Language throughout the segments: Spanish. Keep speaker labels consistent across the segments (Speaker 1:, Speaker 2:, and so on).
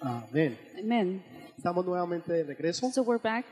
Speaker 1: Amén.
Speaker 2: Amen.
Speaker 1: Estamos nuevamente de regreso.
Speaker 2: So we're back.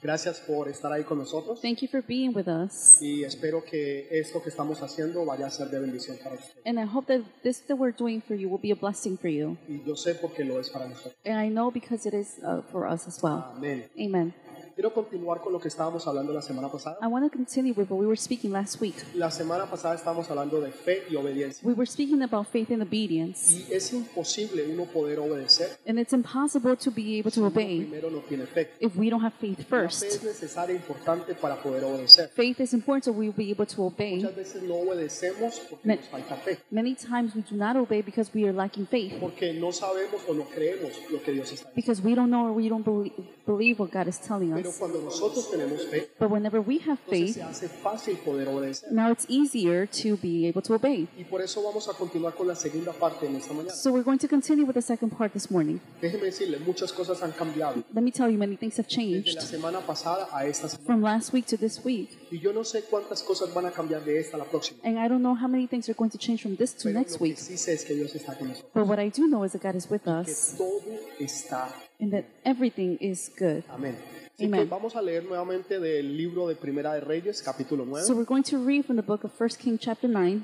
Speaker 1: Gracias por estar ahí con nosotros
Speaker 2: Thank you for being with us.
Speaker 1: y espero que esto que estamos haciendo vaya a ser de bendición para ustedes.
Speaker 2: And I hope that this that we're doing for you will be a blessing for you.
Speaker 1: Y yo sé porque lo es para nosotros.
Speaker 2: And I know because it is uh, for us as well.
Speaker 1: Amén.
Speaker 2: Amen.
Speaker 1: Quiero continuar con lo que estábamos hablando la semana pasada.
Speaker 2: I want to continue with what we were speaking last week.
Speaker 1: La semana pasada estábamos hablando de fe y obediencia.
Speaker 2: We were speaking about faith and obedience.
Speaker 1: Y es imposible uno poder obedecer
Speaker 2: And it's impossible to be able
Speaker 1: si
Speaker 2: to obey
Speaker 1: primero no tiene fe.
Speaker 2: if we don't have faith
Speaker 1: La fe
Speaker 2: first.
Speaker 1: es necesaria e importante para poder obedecer.
Speaker 2: Faith is important so we'll be able to obey.
Speaker 1: Muchas veces no obedecemos porque
Speaker 2: Me-
Speaker 1: nos falta fe,
Speaker 2: Many times we do not obey because we are lacking faith,
Speaker 1: porque no sabemos o no creemos lo que Dios está diciendo.
Speaker 2: because we don't know or we don't believe, believe what God is telling
Speaker 1: Pero
Speaker 2: us.
Speaker 1: cuando nosotros tenemos fe,
Speaker 2: But whenever we have
Speaker 1: entonces
Speaker 2: faith,
Speaker 1: se hace fácil poder obedecer.
Speaker 2: now it's easier to be able to obey.
Speaker 1: Y por eso vamos a continuar con la segunda parte en esta mañana.
Speaker 2: So we're going to continue with the second part this morning.
Speaker 1: Déjeme decirle, muchas cosas han cambiado
Speaker 2: Let me tell you, many things have
Speaker 1: desde la
Speaker 2: changed
Speaker 1: semana pasada a esta semana.
Speaker 2: from last week to this week.
Speaker 1: Y yo no sé cuántas cosas van a cambiar de esta a la próxima.
Speaker 2: And I don't know how many things are going to change from this to
Speaker 1: Pero
Speaker 2: next
Speaker 1: lo que
Speaker 2: week.
Speaker 1: sí sé es que Dios está con nosotros.
Speaker 2: But what I do know is that God is with
Speaker 1: Que
Speaker 2: us
Speaker 1: todo está.
Speaker 2: and that everything is good.
Speaker 1: Amén. Así que
Speaker 2: Amén.
Speaker 1: vamos a leer nuevamente del libro de Primera de Reyes, capítulo 9.
Speaker 2: So we're going to read from the book of First King, chapter 9.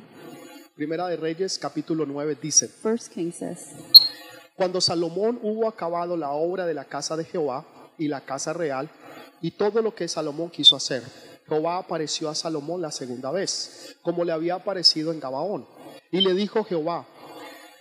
Speaker 1: Primera de Reyes, capítulo 9 dice.
Speaker 2: First King says,
Speaker 1: Cuando Salomón hubo acabado la obra de la casa de Jehová y la casa real y todo lo que Salomón quiso hacer, Jehová apareció a Salomón la segunda vez, como le había aparecido en Gabaón. Y le dijo Jehová,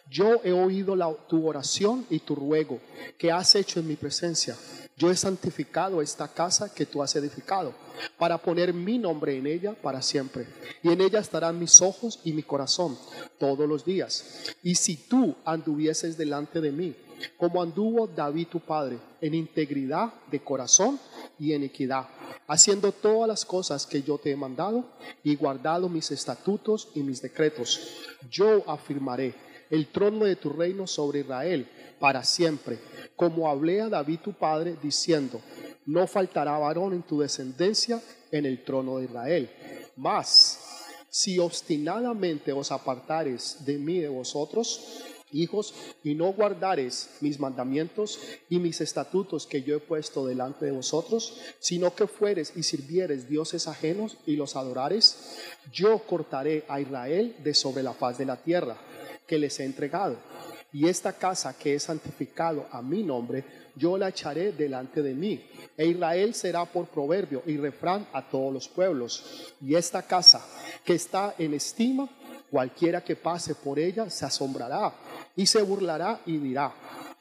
Speaker 1: yo he oído la- tu oración y tu ruego que has hecho en mi presencia. Yo he santificado esta casa que tú has edificado para poner mi nombre en ella para siempre. Y en ella estarán mis ojos y mi corazón todos los días. Y si tú anduvieses delante de mí, como anduvo David tu padre, en integridad de corazón y en equidad, haciendo todas las cosas que yo te he mandado y guardado mis estatutos y mis decretos, yo afirmaré el trono de tu reino sobre Israel para siempre, como hablé a David tu padre, diciendo, no faltará varón en tu descendencia en el trono de Israel. Mas, si obstinadamente os apartares de mí de vosotros, hijos, y no guardares mis mandamientos y mis estatutos que yo he puesto delante de vosotros, sino que fueres y sirvieres dioses ajenos y los adorares, yo cortaré a Israel de sobre la faz de la tierra que les he entregado. Y esta casa que he santificado a mi nombre, yo la echaré delante de mí. E Israel será por proverbio y refrán a todos los pueblos. Y esta casa que está en estima Cualquiera que pase por ella se asombrará y se burlará y dirá,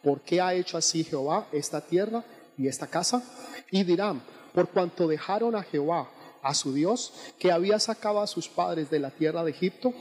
Speaker 1: ¿por qué ha hecho así Jehová esta tierra y esta casa? Y dirán, por cuanto dejaron a Jehová, a su Dios, que había sacado a sus padres de la tierra de Egipto,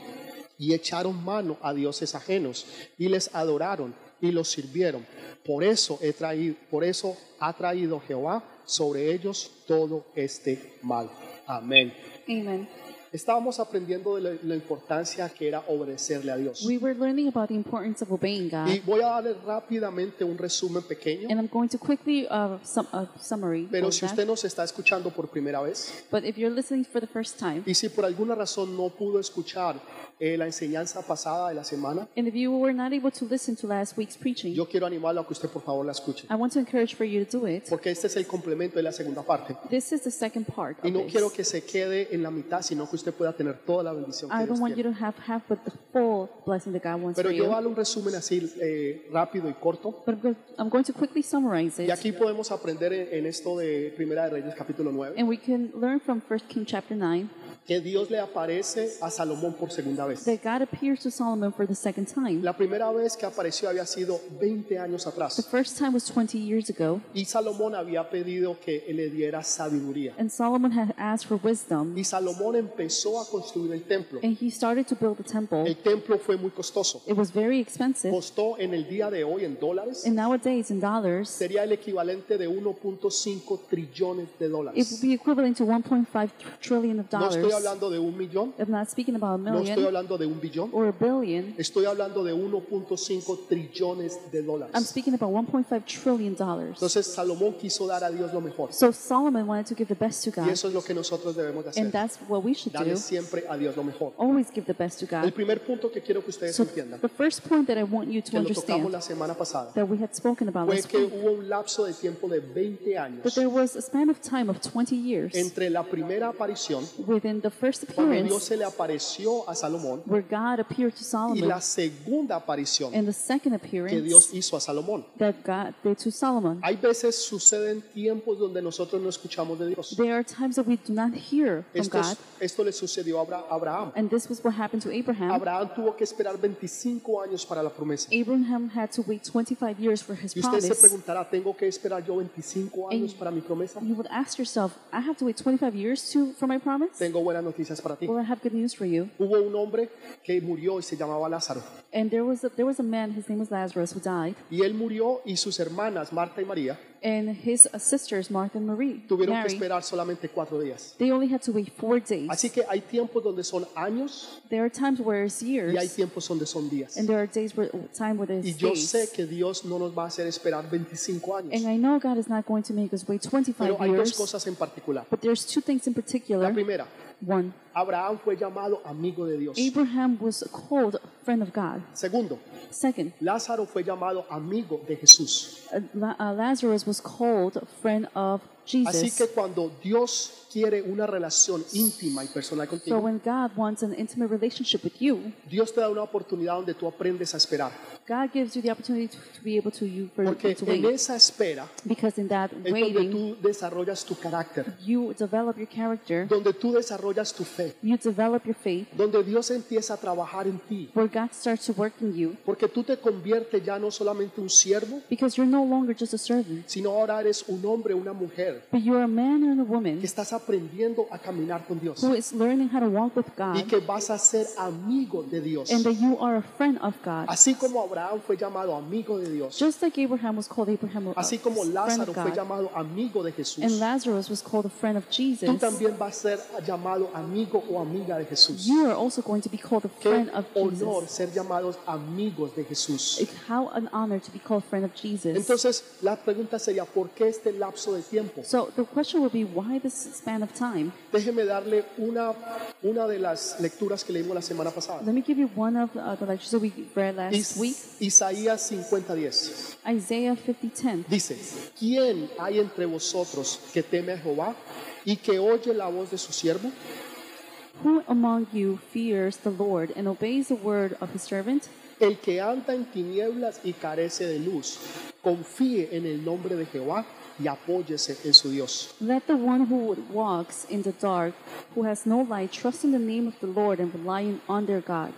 Speaker 1: y echaron mano a dioses ajenos, y les adoraron y los sirvieron. Por eso, he traído, por eso ha traído Jehová sobre ellos todo este mal. Amén.
Speaker 2: Amen.
Speaker 1: Estábamos aprendiendo de la, la importancia que era obedecerle a Dios.
Speaker 2: We were learning about the importance of obeying
Speaker 1: Y
Speaker 2: God.
Speaker 1: voy a darle rápidamente un resumen pequeño,
Speaker 2: And I'm going to quickly uh, sum, uh, summary.
Speaker 1: pero
Speaker 2: of
Speaker 1: si
Speaker 2: that.
Speaker 1: usted nos está escuchando por primera vez
Speaker 2: But if you're listening for the first time,
Speaker 1: y si por alguna razón no pudo escuchar eh, la enseñanza pasada de la semana,
Speaker 2: and if you were not able to listen to last week's preaching,
Speaker 1: yo quiero animarlo a que usted por favor la escuche,
Speaker 2: I want to encourage for you to do it.
Speaker 1: porque este es el complemento de la segunda parte.
Speaker 2: This is the second part
Speaker 1: Y
Speaker 2: of
Speaker 1: no
Speaker 2: this.
Speaker 1: quiero que se quede en la mitad, sino que usted pueda tener toda la bendición que
Speaker 2: I
Speaker 1: Dios
Speaker 2: don't want you
Speaker 1: tiene.
Speaker 2: to have half but the full blessing that God wants
Speaker 1: Pero
Speaker 2: for
Speaker 1: yo voy a
Speaker 2: you.
Speaker 1: darle un resumen así eh, rápido y corto.
Speaker 2: But I'm go- I'm going to quickly summarize
Speaker 1: Y
Speaker 2: it.
Speaker 1: aquí podemos aprender en, en esto de Primera de Reyes capítulo 9.
Speaker 2: And we can learn from 1 King chapter 9
Speaker 1: que Dios le aparece a Salomón por segunda vez.
Speaker 2: that God appears to Solomon for the second time.
Speaker 1: La primera vez que apareció había sido 20 años
Speaker 2: The
Speaker 1: atrás
Speaker 2: first time was 20 years ago,
Speaker 1: y Salomón había pedido que le diera sabiduría.
Speaker 2: and Solomon had asked for wisdom,
Speaker 1: Y Salomón empezó a construir el templo.
Speaker 2: and he started to build the temple.
Speaker 1: El templo fue muy costoso.
Speaker 2: It was very expensive,
Speaker 1: Costó en el día de hoy en dólares,
Speaker 2: and nowadays in dollars,
Speaker 1: sería el equivalente de 1.5 trillones de
Speaker 2: it would
Speaker 1: dólares.
Speaker 2: be equivalent to 1.5 trillion of
Speaker 1: No estoy
Speaker 2: dollars.
Speaker 1: estoy hablando de un millón,
Speaker 2: I'm not speaking about a
Speaker 1: no estoy
Speaker 2: million
Speaker 1: hablando de un billón,
Speaker 2: or a billion.
Speaker 1: estoy hablando de 1.5 trillones de
Speaker 2: I'm
Speaker 1: dólares.
Speaker 2: speaking about 1.5 trillion dollars.
Speaker 1: Entonces Salomón quiso dar a Dios lo mejor.
Speaker 2: So Solomon wanted to give the best to
Speaker 1: Y
Speaker 2: God,
Speaker 1: eso es lo que nosotros debemos de hacer.
Speaker 2: and that's what we should
Speaker 1: Dale
Speaker 2: do.
Speaker 1: siempre a Dios lo mejor.
Speaker 2: Always give the best to
Speaker 1: El
Speaker 2: God.
Speaker 1: primer punto que quiero que ustedes
Speaker 2: So
Speaker 1: entiendan,
Speaker 2: the first point that I want you to
Speaker 1: que lo tocamos
Speaker 2: understand
Speaker 1: la semana pasada,
Speaker 2: that we had spoken about
Speaker 1: fue
Speaker 2: last
Speaker 1: que
Speaker 2: week,
Speaker 1: hubo un lapso de tiempo de 20
Speaker 2: that
Speaker 1: años
Speaker 2: there was a span of time of 20 years
Speaker 1: entre la primera aparición,
Speaker 2: within the first
Speaker 1: cuando Dios
Speaker 2: appearance
Speaker 1: se le apareció a Salomón,
Speaker 2: where God appeared to
Speaker 1: y
Speaker 2: Solomon
Speaker 1: la segunda aparición
Speaker 2: and the second
Speaker 1: que Dios
Speaker 2: appearance
Speaker 1: hizo a Salomón.
Speaker 2: that God did to Solomon.
Speaker 1: Hay veces suceden tiempos donde nosotros no escuchamos de Dios.
Speaker 2: There are times that we do not hear from
Speaker 1: Esto, es-
Speaker 2: God,
Speaker 1: esto le sucedió a Abra- Abraham.
Speaker 2: and this was what happened to Abraham.
Speaker 1: Abraham tuvo que esperar 25 años para la promesa.
Speaker 2: Abraham had to wait 25 years for his
Speaker 1: Y usted se
Speaker 2: promise.
Speaker 1: preguntará, ¿tengo que esperar yo 25 años para mi promesa?
Speaker 2: You would ask yourself, I have to wait 25 years to for my promise?
Speaker 1: Tengo buenas noticias para ti.
Speaker 2: Well, I have good news for you.
Speaker 1: Hubo un hombre que murió y se llamaba Lázaro.
Speaker 2: And there was a, there was a man, his name was Lazarus, who died,
Speaker 1: Y él murió y sus hermanas, Marta y María,
Speaker 2: and his uh, sisters, Martha and Marie,
Speaker 1: tuvieron que
Speaker 2: Mary,
Speaker 1: esperar solamente cuatro días.
Speaker 2: they only had to wait four days.
Speaker 1: Así que hay tiempos donde son años
Speaker 2: There are times where it's years,
Speaker 1: y hay tiempos donde son días.
Speaker 2: and there are days where time where it's
Speaker 1: Y yo sé
Speaker 2: days.
Speaker 1: que Dios no nos va a hacer esperar 25
Speaker 2: And
Speaker 1: años,
Speaker 2: I know God is not going to make us wait 25
Speaker 1: pero hay dos
Speaker 2: years,
Speaker 1: cosas en particular.
Speaker 2: but there's two things in
Speaker 1: La
Speaker 2: particular.
Speaker 1: primera,
Speaker 2: One,
Speaker 1: Abraham fue llamado amigo de Dios.
Speaker 2: Abraham was called friend of God.
Speaker 1: Segundo,
Speaker 2: Second,
Speaker 1: Lázaro fue llamado amigo de Jesús.
Speaker 2: uh, La- uh, Lazarus was called friend of
Speaker 1: Así
Speaker 2: Jesus.
Speaker 1: que cuando Dios quiere una relación íntima y personal
Speaker 2: So
Speaker 1: contigo,
Speaker 2: when God wants an intimate relationship with you,
Speaker 1: Dios te da una oportunidad donde tú aprendes a esperar.
Speaker 2: God gives you the opportunity to, to be able to you for
Speaker 1: Porque
Speaker 2: to
Speaker 1: en
Speaker 2: wait.
Speaker 1: esa espera
Speaker 2: Because in that
Speaker 1: es donde
Speaker 2: waiting,
Speaker 1: tú desarrollas tu carácter,
Speaker 2: you develop your character,
Speaker 1: donde tú desarrollas tu fe,
Speaker 2: you develop your faith,
Speaker 1: donde Dios empieza a trabajar en ti.
Speaker 2: where God starts to work in you.
Speaker 1: Porque tú te conviertes ya no solamente un siervo,
Speaker 2: Because you're no longer just a servant,
Speaker 1: sino ahora eres un hombre, una mujer,
Speaker 2: but you're a man and a
Speaker 1: que
Speaker 2: woman
Speaker 1: estás aprendiendo a caminar con Dios
Speaker 2: who is learning how to walk with
Speaker 1: y
Speaker 2: God,
Speaker 1: que vas a ser amigo de Dios.
Speaker 2: and that you are a friend of God.
Speaker 1: Así como Abraham fue llamado amigo de Dios,
Speaker 2: Just like Abraham was called Abraham, a
Speaker 1: así como
Speaker 2: friend
Speaker 1: Lázaro
Speaker 2: of
Speaker 1: fue
Speaker 2: God,
Speaker 1: llamado amigo de Jesús,
Speaker 2: and Lazarus was called a friend of
Speaker 1: tú
Speaker 2: Jesus,
Speaker 1: también vas a ser llamado amigo o amiga de Jesús.
Speaker 2: you are also going to be called a
Speaker 1: Qué
Speaker 2: friend of
Speaker 1: honor
Speaker 2: Jesus.
Speaker 1: ser llamados amigos de Jesús.
Speaker 2: It's how an honor to be called friend of Jesus.
Speaker 1: Entonces, la pregunta sería, ¿por qué este lapso de tiempo?
Speaker 2: so the question would be, why this span of time?
Speaker 1: Déjeme darle una, una de las lecturas que leímos la semana pasada.
Speaker 2: Let me give you one of uh, the lectures that we read last
Speaker 1: Is-
Speaker 2: week,
Speaker 1: Isaías 50:10
Speaker 2: Isaiah 50:10.
Speaker 1: dice, ¿quién hay entre vosotros que teme a Jehová y que oye la voz de su siervo?
Speaker 2: Who among you fears the Lord and obeys the word of his servant?
Speaker 1: El que anda en tinieblas y carece de luz, confíe en el nombre de Jehová y apóyese en su Dios.
Speaker 2: Let the one who would walks in the dark, who has no light, trust in the name of the Lord and relying on their God.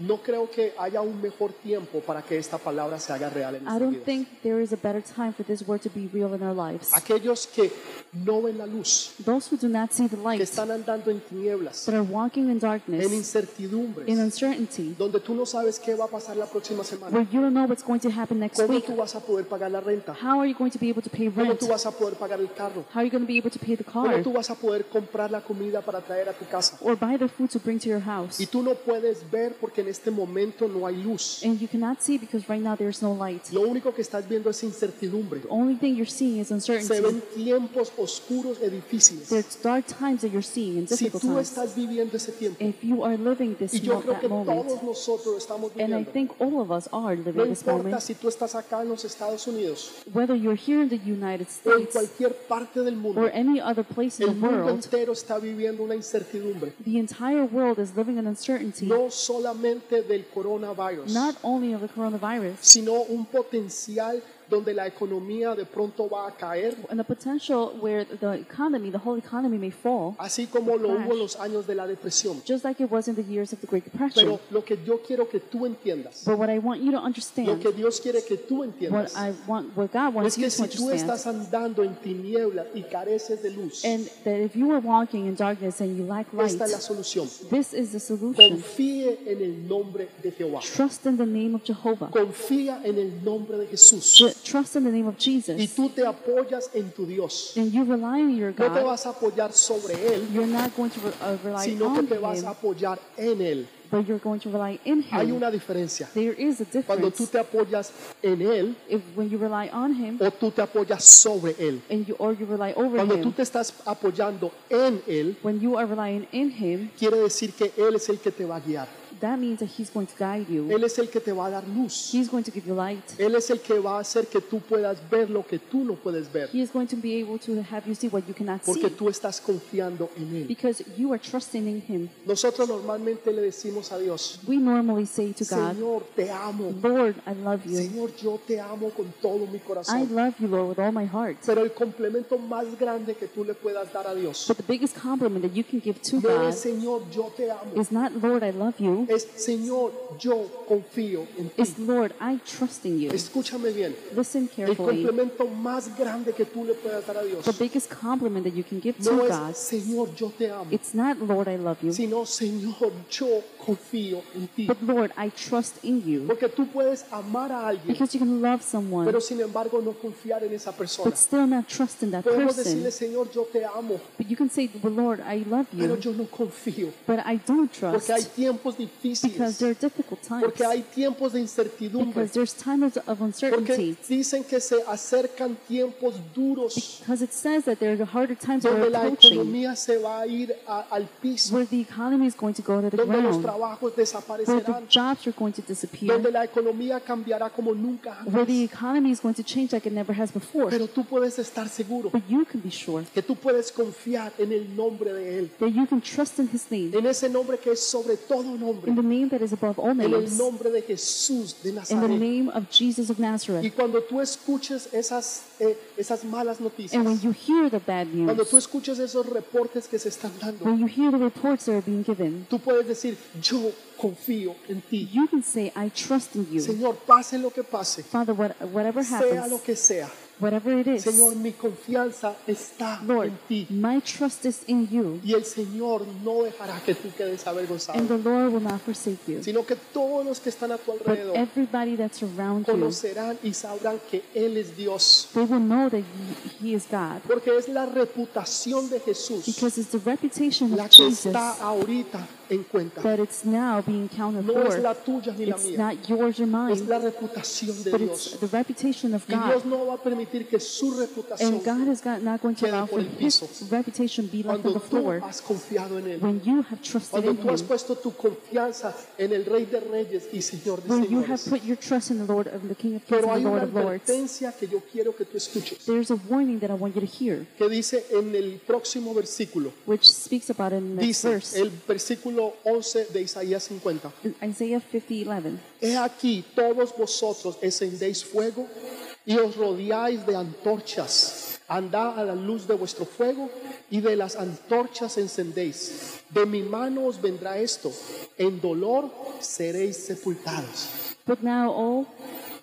Speaker 1: No creo que haya un mejor tiempo para que esta palabra se haga real en
Speaker 2: I
Speaker 1: nuestras
Speaker 2: don't
Speaker 1: vidas.
Speaker 2: think there is a better time for this word to be real in our lives.
Speaker 1: Aquellos que no ven la luz,
Speaker 2: Those who do not see the
Speaker 1: que
Speaker 2: light,
Speaker 1: están andando en tinieblas,
Speaker 2: that are walking in
Speaker 1: en
Speaker 2: darkness, in
Speaker 1: incertidumbres,
Speaker 2: uncertainty,
Speaker 1: donde tú no sabes qué va a pasar la próxima semana.
Speaker 2: where you don't know what's going to happen next
Speaker 1: ¿Cómo
Speaker 2: week.
Speaker 1: tú vas a poder pagar la renta?
Speaker 2: How are you going to be able to pay
Speaker 1: ¿Cómo
Speaker 2: rent?
Speaker 1: tú vas a poder pagar el carro?
Speaker 2: How are you going to be able to pay the
Speaker 1: ¿Cómo
Speaker 2: car
Speaker 1: tú vas a poder comprar la comida para traer a tu casa?
Speaker 2: or buy the food to bring to your house?
Speaker 1: Y tú no puedes ver porque en este momento no hay luz.
Speaker 2: And you cannot see because right now there's no light.
Speaker 1: Lo único que estás viendo es incertidumbre.
Speaker 2: The only thing you're seeing is
Speaker 1: Se ven
Speaker 2: uncertainty.
Speaker 1: tiempos oscuros y difíciles.
Speaker 2: There's dark times that you're seeing and
Speaker 1: Si
Speaker 2: difficult
Speaker 1: tú
Speaker 2: times.
Speaker 1: estás viviendo ese tiempo,
Speaker 2: If you are living this
Speaker 1: y yo
Speaker 2: mo-
Speaker 1: creo que
Speaker 2: Eh, that moment,
Speaker 1: todos nosotros lo estamos
Speaker 2: and I
Speaker 1: viviendo,
Speaker 2: think all of us are
Speaker 1: no
Speaker 2: living this
Speaker 1: importa
Speaker 2: moment,
Speaker 1: si tú estás acá en los Estados Unidos
Speaker 2: whether you're here in the United
Speaker 1: o en
Speaker 2: States
Speaker 1: cualquier parte del mundo,
Speaker 2: or any other place in
Speaker 1: el
Speaker 2: the
Speaker 1: mundo
Speaker 2: world,
Speaker 1: entero está viviendo una incertidumbre.
Speaker 2: the entire world is living in uncertainty,
Speaker 1: no solamente del coronavirus,
Speaker 2: Mm. not only of the coronavirus,
Speaker 1: sino un potencial donde la economía de pronto va a caer,
Speaker 2: and the potential where the economy, the whole economy may fall,
Speaker 1: así como lo
Speaker 2: Crash.
Speaker 1: hubo en los años de la depresión.
Speaker 2: just like it was in the years of the Great Depression.
Speaker 1: Pero lo que yo quiero que tú entiendas,
Speaker 2: But what I want you to
Speaker 1: lo
Speaker 2: understand,
Speaker 1: que Dios quiere que tú
Speaker 2: what
Speaker 1: entiendas,
Speaker 2: I want, what God
Speaker 1: es
Speaker 2: wants you
Speaker 1: que
Speaker 2: to
Speaker 1: si tú
Speaker 2: understand,
Speaker 1: estás andando en tinieblas y careces de luz,
Speaker 2: and that if you are walking in darkness and you lack light,
Speaker 1: esta es la solución.
Speaker 2: this is the solution.
Speaker 1: Confíe en el nombre de Jehová.
Speaker 2: Trust in the name of Jehovah.
Speaker 1: Confía en el nombre de Jesús.
Speaker 2: Ju- trust in the name of
Speaker 1: y
Speaker 2: Jesus,
Speaker 1: tú te apoyas en tu Dios.
Speaker 2: then you rely on your
Speaker 1: No te
Speaker 2: God.
Speaker 1: vas a apoyar sobre Él,
Speaker 2: You're not going to re- uh, rely
Speaker 1: sino que
Speaker 2: on
Speaker 1: te vas a
Speaker 2: Him,
Speaker 1: apoyar en Él.
Speaker 2: but you're going to rely in
Speaker 1: Hay
Speaker 2: Him.
Speaker 1: una diferencia.
Speaker 2: There is a
Speaker 1: Cuando tú
Speaker 2: difference
Speaker 1: te apoyas en Él
Speaker 2: if when you rely on Him
Speaker 1: o tú te apoyas sobre Él.
Speaker 2: and you or you rely over
Speaker 1: Cuando tú
Speaker 2: Him.
Speaker 1: te estás apoyando en Él,
Speaker 2: When you are relying in Him,
Speaker 1: quiere decir que Él es el que te va a guiar.
Speaker 2: that means that He's going to guide you.
Speaker 1: Él es el que te va a dar luz.
Speaker 2: He's going to give you light.
Speaker 1: Él es el que va a hacer que tú puedas ver lo que tú no puedes ver,
Speaker 2: He is going to be able to have you see what you cannot
Speaker 1: porque
Speaker 2: see
Speaker 1: tú estás confiando en Él.
Speaker 2: because you are trusting in Him.
Speaker 1: Nosotros normalmente le decimos a Dios,
Speaker 2: We normally say to God,
Speaker 1: Señor, te amo.
Speaker 2: Lord, I love you.
Speaker 1: Señor, yo te amo con todo mi
Speaker 2: I
Speaker 1: corazón.
Speaker 2: love you, Lord, with all my heart.
Speaker 1: Pero el complemento más grande que tú le puedas dar a Dios
Speaker 2: But the biggest compliment that you can give to
Speaker 1: no
Speaker 2: God
Speaker 1: es Señor, yo te amo.
Speaker 2: is not, Lord, I love you.
Speaker 1: Es Señor, yo confío en ti.
Speaker 2: It's, Lord, I trust in you.
Speaker 1: Escúchame bien.
Speaker 2: Listen
Speaker 1: El
Speaker 2: carefully.
Speaker 1: complemento más grande que tú le puedas dar a Dios
Speaker 2: The biggest compliment that you can give to
Speaker 1: no
Speaker 2: God,
Speaker 1: es Señor, yo te amo,
Speaker 2: it's not, Lord, I love you,
Speaker 1: sino Señor, yo confío en ti.
Speaker 2: but, Lord, I trust in you.
Speaker 1: Porque tú puedes amar a alguien,
Speaker 2: Because you can love someone,
Speaker 1: pero sin embargo no confiar en esa persona.
Speaker 2: but still not trust in that
Speaker 1: Podemos decirle,
Speaker 2: person.
Speaker 1: Señor, yo te amo,
Speaker 2: But you can say, well, Lord, I love
Speaker 1: pero
Speaker 2: you,
Speaker 1: yo no confío.
Speaker 2: but I don't
Speaker 1: Porque hay
Speaker 2: trust
Speaker 1: tiempos
Speaker 2: because
Speaker 1: difíciles,
Speaker 2: there are difficult times.
Speaker 1: porque hay tiempos de incertidumbre,
Speaker 2: Because there's times of
Speaker 1: porque
Speaker 2: uncertainty.
Speaker 1: dicen que se acercan tiempos duros
Speaker 2: Because it says that there are harder times that are
Speaker 1: donde la
Speaker 2: approaching,
Speaker 1: economía se va a ir a- al piso,
Speaker 2: where the economy is going to go to the
Speaker 1: donde los
Speaker 2: ground,
Speaker 1: trabajos
Speaker 2: where the
Speaker 1: desaparecerán,
Speaker 2: jobs are going to disappear,
Speaker 1: donde la economía cambiará como nunca
Speaker 2: where the
Speaker 1: antes.
Speaker 2: economy is going to change like it never has before.
Speaker 1: Pero tú puedes estar seguro
Speaker 2: But you can be sure
Speaker 1: que tú puedes confiar en el nombre de Él,
Speaker 2: that you can trust in His name,
Speaker 1: en ese nombre que es sobre todo nombre,
Speaker 2: in the name that is above all
Speaker 1: en el
Speaker 2: names,
Speaker 1: nombre de Jesús de
Speaker 2: in the
Speaker 1: Nazaret.
Speaker 2: name of Jesus of
Speaker 1: Y
Speaker 2: Nazareth.
Speaker 1: cuando tú escuches esas, eh, esas malas noticias,
Speaker 2: And when you hear the bad
Speaker 1: cuando tú
Speaker 2: news,
Speaker 1: escuches esos reportes que se están dando,
Speaker 2: when you hear the reports that are being given,
Speaker 1: tú puedes decir, yo confío en ti.
Speaker 2: you can say, I trust in you.
Speaker 1: Señor, pase lo que pase,
Speaker 2: Father, what, whatever
Speaker 1: sea
Speaker 2: happens,
Speaker 1: lo que sea.
Speaker 2: whatever it is,
Speaker 1: Señor, mi confianza está
Speaker 2: Lord,
Speaker 1: en ti.
Speaker 2: my trust is in you,
Speaker 1: Y el Señor no dejará que tú quedes avergonzado,
Speaker 2: and the Lord will not forsake you.
Speaker 1: sino que todos los que están a tu
Speaker 2: But
Speaker 1: alrededor
Speaker 2: everybody that's around you,
Speaker 1: conocerán y sabrán que Él es Dios,
Speaker 2: they will know that He, he is God,
Speaker 1: porque es la reputación de Jesús
Speaker 2: because it's the reputation
Speaker 1: la
Speaker 2: of
Speaker 1: que
Speaker 2: Jesus
Speaker 1: está ahorita en cuenta.
Speaker 2: that it's now being counted
Speaker 1: No es la
Speaker 2: for.
Speaker 1: tuya ni la
Speaker 2: It's
Speaker 1: mía,
Speaker 2: not yours or
Speaker 1: es
Speaker 2: mine,
Speaker 1: la reputación de
Speaker 2: but it's
Speaker 1: Dios.
Speaker 2: the reputation of
Speaker 1: Y Dios
Speaker 2: God.
Speaker 1: no va a permitir que su reputación,
Speaker 2: And God is God, not going to
Speaker 1: quede
Speaker 2: allow
Speaker 1: por
Speaker 2: for
Speaker 1: el
Speaker 2: His
Speaker 1: piso.
Speaker 2: reputation be left on
Speaker 1: cuando
Speaker 2: the
Speaker 1: tú
Speaker 2: floor
Speaker 1: has confiado en Él,
Speaker 2: when you have trusted
Speaker 1: cuando
Speaker 2: in
Speaker 1: tú has
Speaker 2: Him,
Speaker 1: puesto tu confianza en el Rey de Reyes y Señor de
Speaker 2: when you have
Speaker 1: Señores.
Speaker 2: put your trust in the Lord of the King of Kings
Speaker 1: Pero
Speaker 2: and
Speaker 1: hay
Speaker 2: the
Speaker 1: una
Speaker 2: Lord of Lords.
Speaker 1: advertencia que yo quiero que tú escuches,
Speaker 2: There's a warning that I want you to hear,
Speaker 1: que dice en el próximo versículo,
Speaker 2: which speaks about it in the next
Speaker 1: dice
Speaker 2: verse.
Speaker 1: el versículo 11 de Isaías 50,
Speaker 2: In Isaiah 50, 11.
Speaker 1: He aquí todos vosotros encendéis fuego y os rodeáis de antorchas, andad a la luz de vuestro fuego y de las antorchas encendéis, de mi mano os vendrá esto, en dolor seréis sepultados.
Speaker 2: But now all,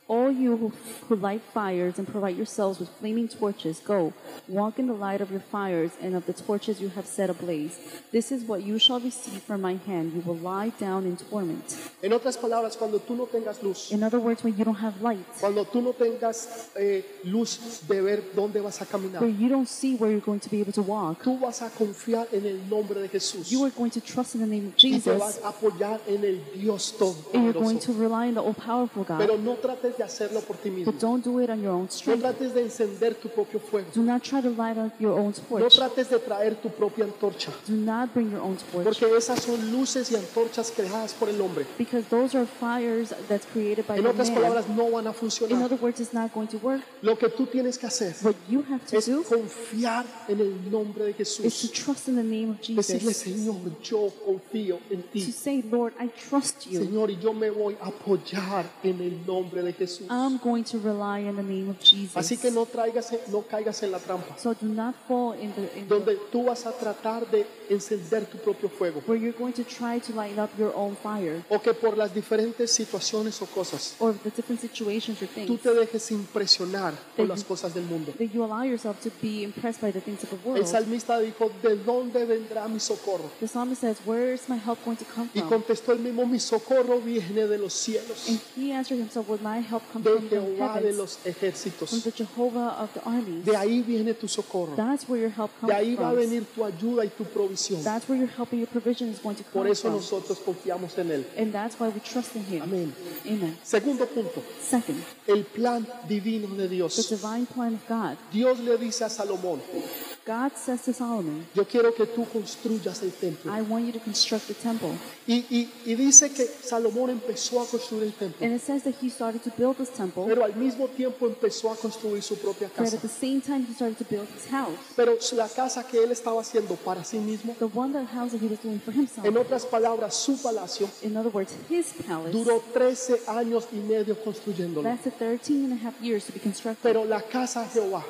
Speaker 2: all you who, who light fires and provide yourselves with flaming torches, go, walk in the light of your fires and of the torches you have set ablaze. This is what you shall receive from my hand. You will lie down in torment.
Speaker 1: En otras palabras, cuando tú no tengas luz,
Speaker 2: In other words, when you don't have light,
Speaker 1: cuando tú no tengas eh, luz de ver dónde vas a caminar,
Speaker 2: where you don't see where you're going to be able to walk,
Speaker 1: tú vas a confiar en el nombre de Jesús
Speaker 2: you are going to trust in the name of
Speaker 1: y te vas
Speaker 2: Jesus,
Speaker 1: a apoyar en el Dios
Speaker 2: and you're going
Speaker 1: Todopoderoso.
Speaker 2: to rely on the all powerful God.
Speaker 1: Pero no trates de hacerlo por ti mismo.
Speaker 2: But don't do it on your own
Speaker 1: No
Speaker 2: strength.
Speaker 1: trates de encender tu propio fuego.
Speaker 2: Do not try to light up your own
Speaker 1: No
Speaker 2: torch.
Speaker 1: trates de traer tu propia antorcha.
Speaker 2: Do not bring your own torch.
Speaker 1: Porque esas son luces y antorchas creadas por el hombre.
Speaker 2: Because those are fires that's created by
Speaker 1: En
Speaker 2: the
Speaker 1: otras
Speaker 2: man.
Speaker 1: palabras, no van a
Speaker 2: In
Speaker 1: funcionar.
Speaker 2: other words, it's not going to work.
Speaker 1: Lo que tú tienes que hacer
Speaker 2: What you have to
Speaker 1: es
Speaker 2: do
Speaker 1: confiar en el nombre de
Speaker 2: is to
Speaker 1: Jesús.
Speaker 2: trust in the name of
Speaker 1: Decirle,
Speaker 2: Jesus.
Speaker 1: Señor, yo confío en
Speaker 2: To
Speaker 1: ti.
Speaker 2: say, Lord, I trust you.
Speaker 1: Señor, y yo me voy a apoyar en el nombre de Jesús.
Speaker 2: I'm going to rely on the name of Jesus.
Speaker 1: Así que no traigas, no caigas en la trampa,
Speaker 2: So do not fall in the, in
Speaker 1: donde
Speaker 2: the
Speaker 1: tú vas a tratar de encender tu propio fuego,
Speaker 2: where you're going to try to light up your own fire
Speaker 1: o que por las diferentes situaciones o cosas,
Speaker 2: or the different situations or
Speaker 1: tú
Speaker 2: things
Speaker 1: te dejes impresionar por las cosas del mundo.
Speaker 2: that you allow yourself to be impressed by the things of the
Speaker 1: El
Speaker 2: world.
Speaker 1: salmista dijo, ¿de dónde vendrá mi socorro?
Speaker 2: The psalmist says, Where is my help going to come
Speaker 1: Y
Speaker 2: from?
Speaker 1: contestó el mismo, mi socorro viene de los cielos,
Speaker 2: And he answered himself, Well, my help comes
Speaker 1: de
Speaker 2: from the
Speaker 1: Jehová de
Speaker 2: heavens,
Speaker 1: los
Speaker 2: from
Speaker 1: ejércitos.
Speaker 2: the Jehovah of the armies.
Speaker 1: De ahí viene tu socorro.
Speaker 2: That's where your help comes
Speaker 1: De ahí va a
Speaker 2: from.
Speaker 1: venir tu ayuda y tu provisión.
Speaker 2: That's where your help and your provision is going to come
Speaker 1: Por eso
Speaker 2: from.
Speaker 1: nosotros confiamos en Él.
Speaker 2: And that's why we trust in Him.
Speaker 1: Amén.
Speaker 2: Amen.
Speaker 1: Segundo punto,
Speaker 2: Second,
Speaker 1: el plan divino de
Speaker 2: the
Speaker 1: Dios.
Speaker 2: divine plan of God.
Speaker 1: Dios le dice a Salomón,
Speaker 2: God says to Solomon,
Speaker 1: yo quiero que tú construyas el templo.
Speaker 2: I want you to construct a temple.
Speaker 1: Y, y- y dice que Salomón empezó a construir el templo,
Speaker 2: And it says that he started to build this temple,
Speaker 1: pero al mismo tiempo empezó a construir su propia
Speaker 2: but
Speaker 1: casa.
Speaker 2: at the same time, he started to build his house.
Speaker 1: Pero la casa que él estaba haciendo para sí mismo,
Speaker 2: The one that house that he was doing for himself.
Speaker 1: en otras palabras, su palacio,
Speaker 2: In other words, his palace
Speaker 1: duró 13 años y medio construyéndolo.
Speaker 2: lasted 13 and a half years to be constructed.
Speaker 1: Pero la casa de Jehová,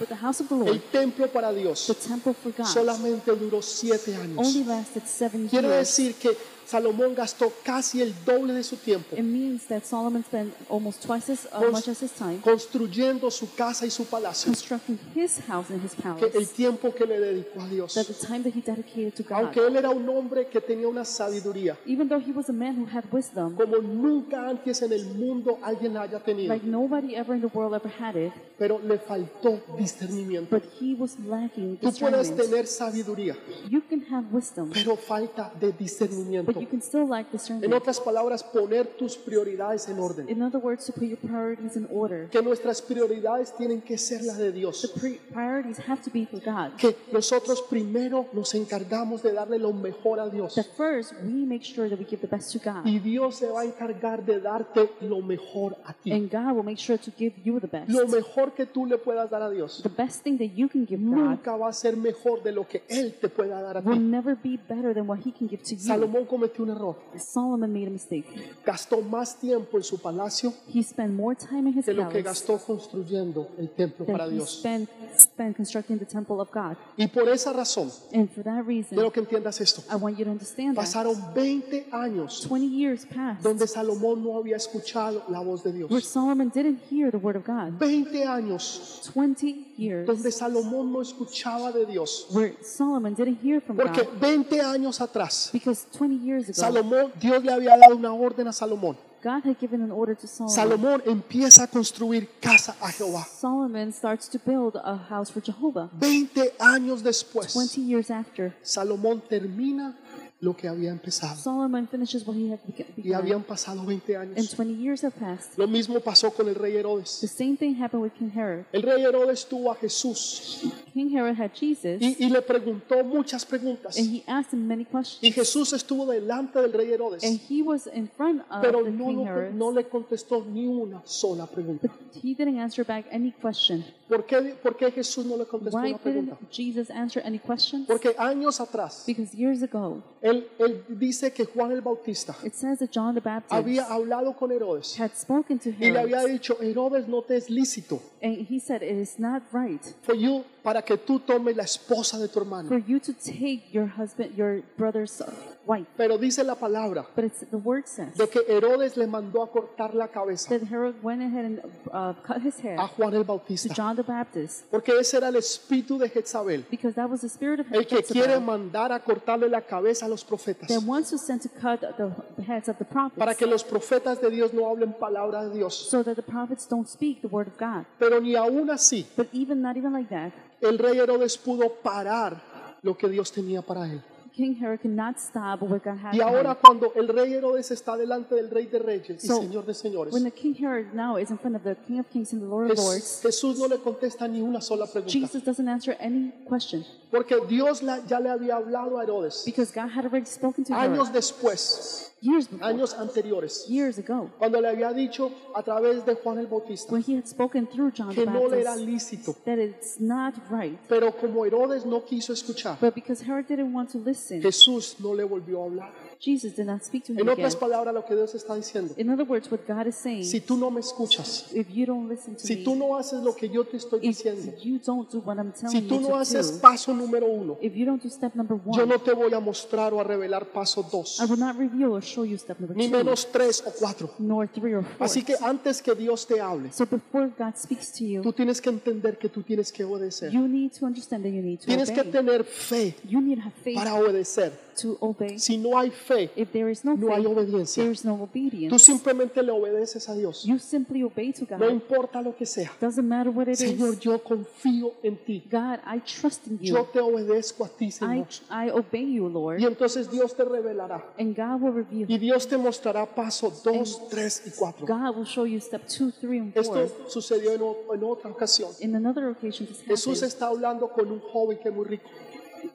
Speaker 2: But the house of the Lord,
Speaker 1: el templo para
Speaker 2: the
Speaker 1: Dios,
Speaker 2: temple for God,
Speaker 1: solamente duró 7 años.
Speaker 2: only lasted seven
Speaker 1: Quiere
Speaker 2: years.
Speaker 1: decir que Salomón gastó casi el doble de su tiempo
Speaker 2: It means that Solomon spent almost twice as uh,
Speaker 1: Cons-
Speaker 2: much as his time
Speaker 1: construyendo su casa y su palacio
Speaker 2: constructing his house and his
Speaker 1: que el
Speaker 2: palace
Speaker 1: tiempo que le dedicó a Dios.
Speaker 2: than the time that he dedicated to God.
Speaker 1: Aunque él era un hombre que tenía una sabiduría
Speaker 2: Even though he was a man who had wisdom,
Speaker 1: como nunca antes en el mundo alguien la haya tenido,
Speaker 2: like nobody ever in the world ever had it,
Speaker 1: pero le faltó discernimiento.
Speaker 2: but he was lacking
Speaker 1: Tú puedes
Speaker 2: discernment.
Speaker 1: tener sabiduría,
Speaker 2: You can have wisdom,
Speaker 1: pero falta de discernimiento.
Speaker 2: but you can still lack
Speaker 1: En
Speaker 2: discernment.
Speaker 1: otras palabras, poner tus prioridades en orden.
Speaker 2: In other words, to put your priorities in order.
Speaker 1: Que nuestras prioridades tienen que ser las de Dios.
Speaker 2: Pri- priorities have to be for God.
Speaker 1: Que nosotros primero nos encargamos de darle lo mejor a Dios.
Speaker 2: That first, we make sure that we give the best to God,
Speaker 1: Y Dios se va a encargar de darte lo mejor a ti.
Speaker 2: and God will make sure to give you the best.
Speaker 1: Lo mejor que tú le puedas dar a Dios.
Speaker 2: The best thing that you can give God
Speaker 1: Nunca va a ser mejor de lo que Él te pueda dar a
Speaker 2: will
Speaker 1: ti.
Speaker 2: never be better than what he can give to you.
Speaker 1: Salomón cometió un error.
Speaker 2: Solomon made a mistake.
Speaker 1: Gastó más tiempo en su palacio
Speaker 2: He spent more time in his
Speaker 1: que lo que
Speaker 2: palace
Speaker 1: gastó construyendo el templo para
Speaker 2: than he
Speaker 1: Dios.
Speaker 2: spent, spent constructing the temple of God.
Speaker 1: Y por esa razón,
Speaker 2: And for that reason,
Speaker 1: quiero que entiendas esto.
Speaker 2: I want you to understand that
Speaker 1: Pasaron 20 años
Speaker 2: 20 years passed
Speaker 1: donde Salomón no había escuchado la voz de
Speaker 2: where
Speaker 1: Dios.
Speaker 2: Solomon didn't hear the word of God.
Speaker 1: 20 años
Speaker 2: 20 years
Speaker 1: donde Salomón no escuchaba de Dios.
Speaker 2: where Solomon didn't hear from
Speaker 1: Porque
Speaker 2: God
Speaker 1: 20 años atrás,
Speaker 2: because 20 years ago,
Speaker 1: Salomón, Dios le había dado una orden a Salomón.
Speaker 2: God had given an order to Solomon.
Speaker 1: Salomón empieza a construir casa a Jehová.
Speaker 2: Solomon starts to build a house for Jehovah.
Speaker 1: 20 años después,
Speaker 2: 20 years after,
Speaker 1: Salomón termina lo que había empezado.
Speaker 2: Solomon finishes what he had beg-
Speaker 1: Y
Speaker 2: begun.
Speaker 1: habían pasado 20
Speaker 2: And
Speaker 1: años.
Speaker 2: 20 years have passed.
Speaker 1: Lo mismo pasó con el rey
Speaker 2: The
Speaker 1: Herodes.
Speaker 2: same thing happened with King Herod.
Speaker 1: El rey Herodes tuvo a Jesús
Speaker 2: King Herod had Jesus,
Speaker 1: y, y le preguntó muchas preguntas.
Speaker 2: and he asked him many
Speaker 1: Y
Speaker 2: questions.
Speaker 1: Jesús estuvo delante del rey
Speaker 2: And
Speaker 1: Herodes,
Speaker 2: he was in front of
Speaker 1: pero
Speaker 2: the
Speaker 1: no,
Speaker 2: King
Speaker 1: lo-
Speaker 2: Herod.
Speaker 1: no le contestó ni una sola pregunta.
Speaker 2: He didn't answer back any question.
Speaker 1: ¿Por qué, por qué Jesús no le contestó
Speaker 2: Why
Speaker 1: una pregunta?
Speaker 2: didn't Jesus answer any questions?
Speaker 1: Porque años atrás,
Speaker 2: Because years ago,
Speaker 1: él, él dice que Juan el Bautista
Speaker 2: it says that John the Baptist
Speaker 1: había hablado con Herodes
Speaker 2: had spoken to
Speaker 1: y le había
Speaker 2: Herod,
Speaker 1: dicho, Herodes no te es lícito
Speaker 2: and he said, It is not right
Speaker 1: for you para que tú tomes la esposa de tu hermano.
Speaker 2: for you to take your husband, your brother's wife.
Speaker 1: Pero dice la palabra
Speaker 2: But it's the word says
Speaker 1: de que Herodes le mandó a cortar la cabeza
Speaker 2: that Herod went ahead and uh, cut his hair
Speaker 1: a Juan el
Speaker 2: to
Speaker 1: Bautista,
Speaker 2: John the Baptist.
Speaker 1: porque ese era el espíritu de Jezabel,
Speaker 2: because that was the spirit of
Speaker 1: el que quiere
Speaker 2: Jezebel
Speaker 1: mandar a cortarle la cabeza a los profetas,
Speaker 2: that once was sent to cut the the heads of the prophets
Speaker 1: para que los profetas de Dios no hablen palabra de Dios.
Speaker 2: so that the prophets don't speak the word of God.
Speaker 1: Pero ni aún así
Speaker 2: But even not even like that,
Speaker 1: el rey Herodes pudo parar lo que Dios tenía para él.
Speaker 2: King Herod cannot stop what God had.
Speaker 1: Y ahora
Speaker 2: planned.
Speaker 1: cuando el rey Herodes está delante del rey de reyes y
Speaker 2: So,
Speaker 1: señor de señores,
Speaker 2: when the King Herod now is in front of the King of Kings and the Lord of
Speaker 1: Jes-
Speaker 2: Lords,
Speaker 1: Jesús no le contesta ni una sola pregunta.
Speaker 2: Jesus doesn't answer any question
Speaker 1: Porque Dios la- ya le había hablado a Herodes
Speaker 2: because God had already spoken to Herod
Speaker 1: años después,
Speaker 2: years before,
Speaker 1: años anteriores,
Speaker 2: years ago,
Speaker 1: cuando le había dicho a través de Juan el Bautista
Speaker 2: when he had spoken through John
Speaker 1: que
Speaker 2: the
Speaker 1: no le era
Speaker 2: Baptist
Speaker 1: lícito.
Speaker 2: that it's not right.
Speaker 1: Pero como Herodes no quiso escuchar,
Speaker 2: But because Herod didn't want to listen,
Speaker 1: Jesús no le volvió a hablar.
Speaker 2: Jesus did not speak to him
Speaker 1: En
Speaker 2: again.
Speaker 1: otras palabras, lo que Dios está diciendo,
Speaker 2: In other words, what God is saying,
Speaker 1: si tú no me escuchas,
Speaker 2: if you don't listen to
Speaker 1: si
Speaker 2: me,
Speaker 1: tú no haces lo que yo te estoy
Speaker 2: if
Speaker 1: diciendo,
Speaker 2: you don't do what I'm telling
Speaker 1: si tú
Speaker 2: you
Speaker 1: no
Speaker 2: to
Speaker 1: haces
Speaker 2: do,
Speaker 1: paso número uno,
Speaker 2: if you don't do step number one,
Speaker 1: yo no te voy a mostrar o a revelar paso dos,
Speaker 2: I will not reveal or show you step number
Speaker 1: ni
Speaker 2: two,
Speaker 1: menos tres o cuatro.
Speaker 2: nor three or four.
Speaker 1: Así que antes que Dios te hable,
Speaker 2: so before God speaks to you,
Speaker 1: tú tienes que entender que tú tienes que obedecer.
Speaker 2: you need to understand that you need to
Speaker 1: Tienes que
Speaker 2: obey.
Speaker 1: tener fe
Speaker 2: You need to have faith
Speaker 1: para obedecer.
Speaker 2: to obey.
Speaker 1: Si no hay fe,
Speaker 2: If there is no
Speaker 1: no hay
Speaker 2: faith, there
Speaker 1: obediencia.
Speaker 2: is no
Speaker 1: Tú
Speaker 2: obedience.
Speaker 1: simplemente le obedeces a Dios.
Speaker 2: You simply obey to
Speaker 1: No
Speaker 2: God.
Speaker 1: importa lo que sea.
Speaker 2: Doesn't matter what it
Speaker 1: Señor,
Speaker 2: is.
Speaker 1: yo confío en ti.
Speaker 2: God, I trust in
Speaker 1: Yo
Speaker 2: you.
Speaker 1: te obedezco a ti,
Speaker 2: I,
Speaker 1: Señor.
Speaker 2: I obey you,
Speaker 1: Y
Speaker 2: Lord.
Speaker 1: entonces Dios te revelará.
Speaker 2: And God will reveal.
Speaker 1: Y Dios te mostrará paso 2, 3 y 4.
Speaker 2: God will show you step two, three, and four.
Speaker 1: Esto sucedió en, o- en otra ocasión.
Speaker 2: In another occasion, this
Speaker 1: Jesús
Speaker 2: happens.
Speaker 1: está hablando con un joven que es muy rico.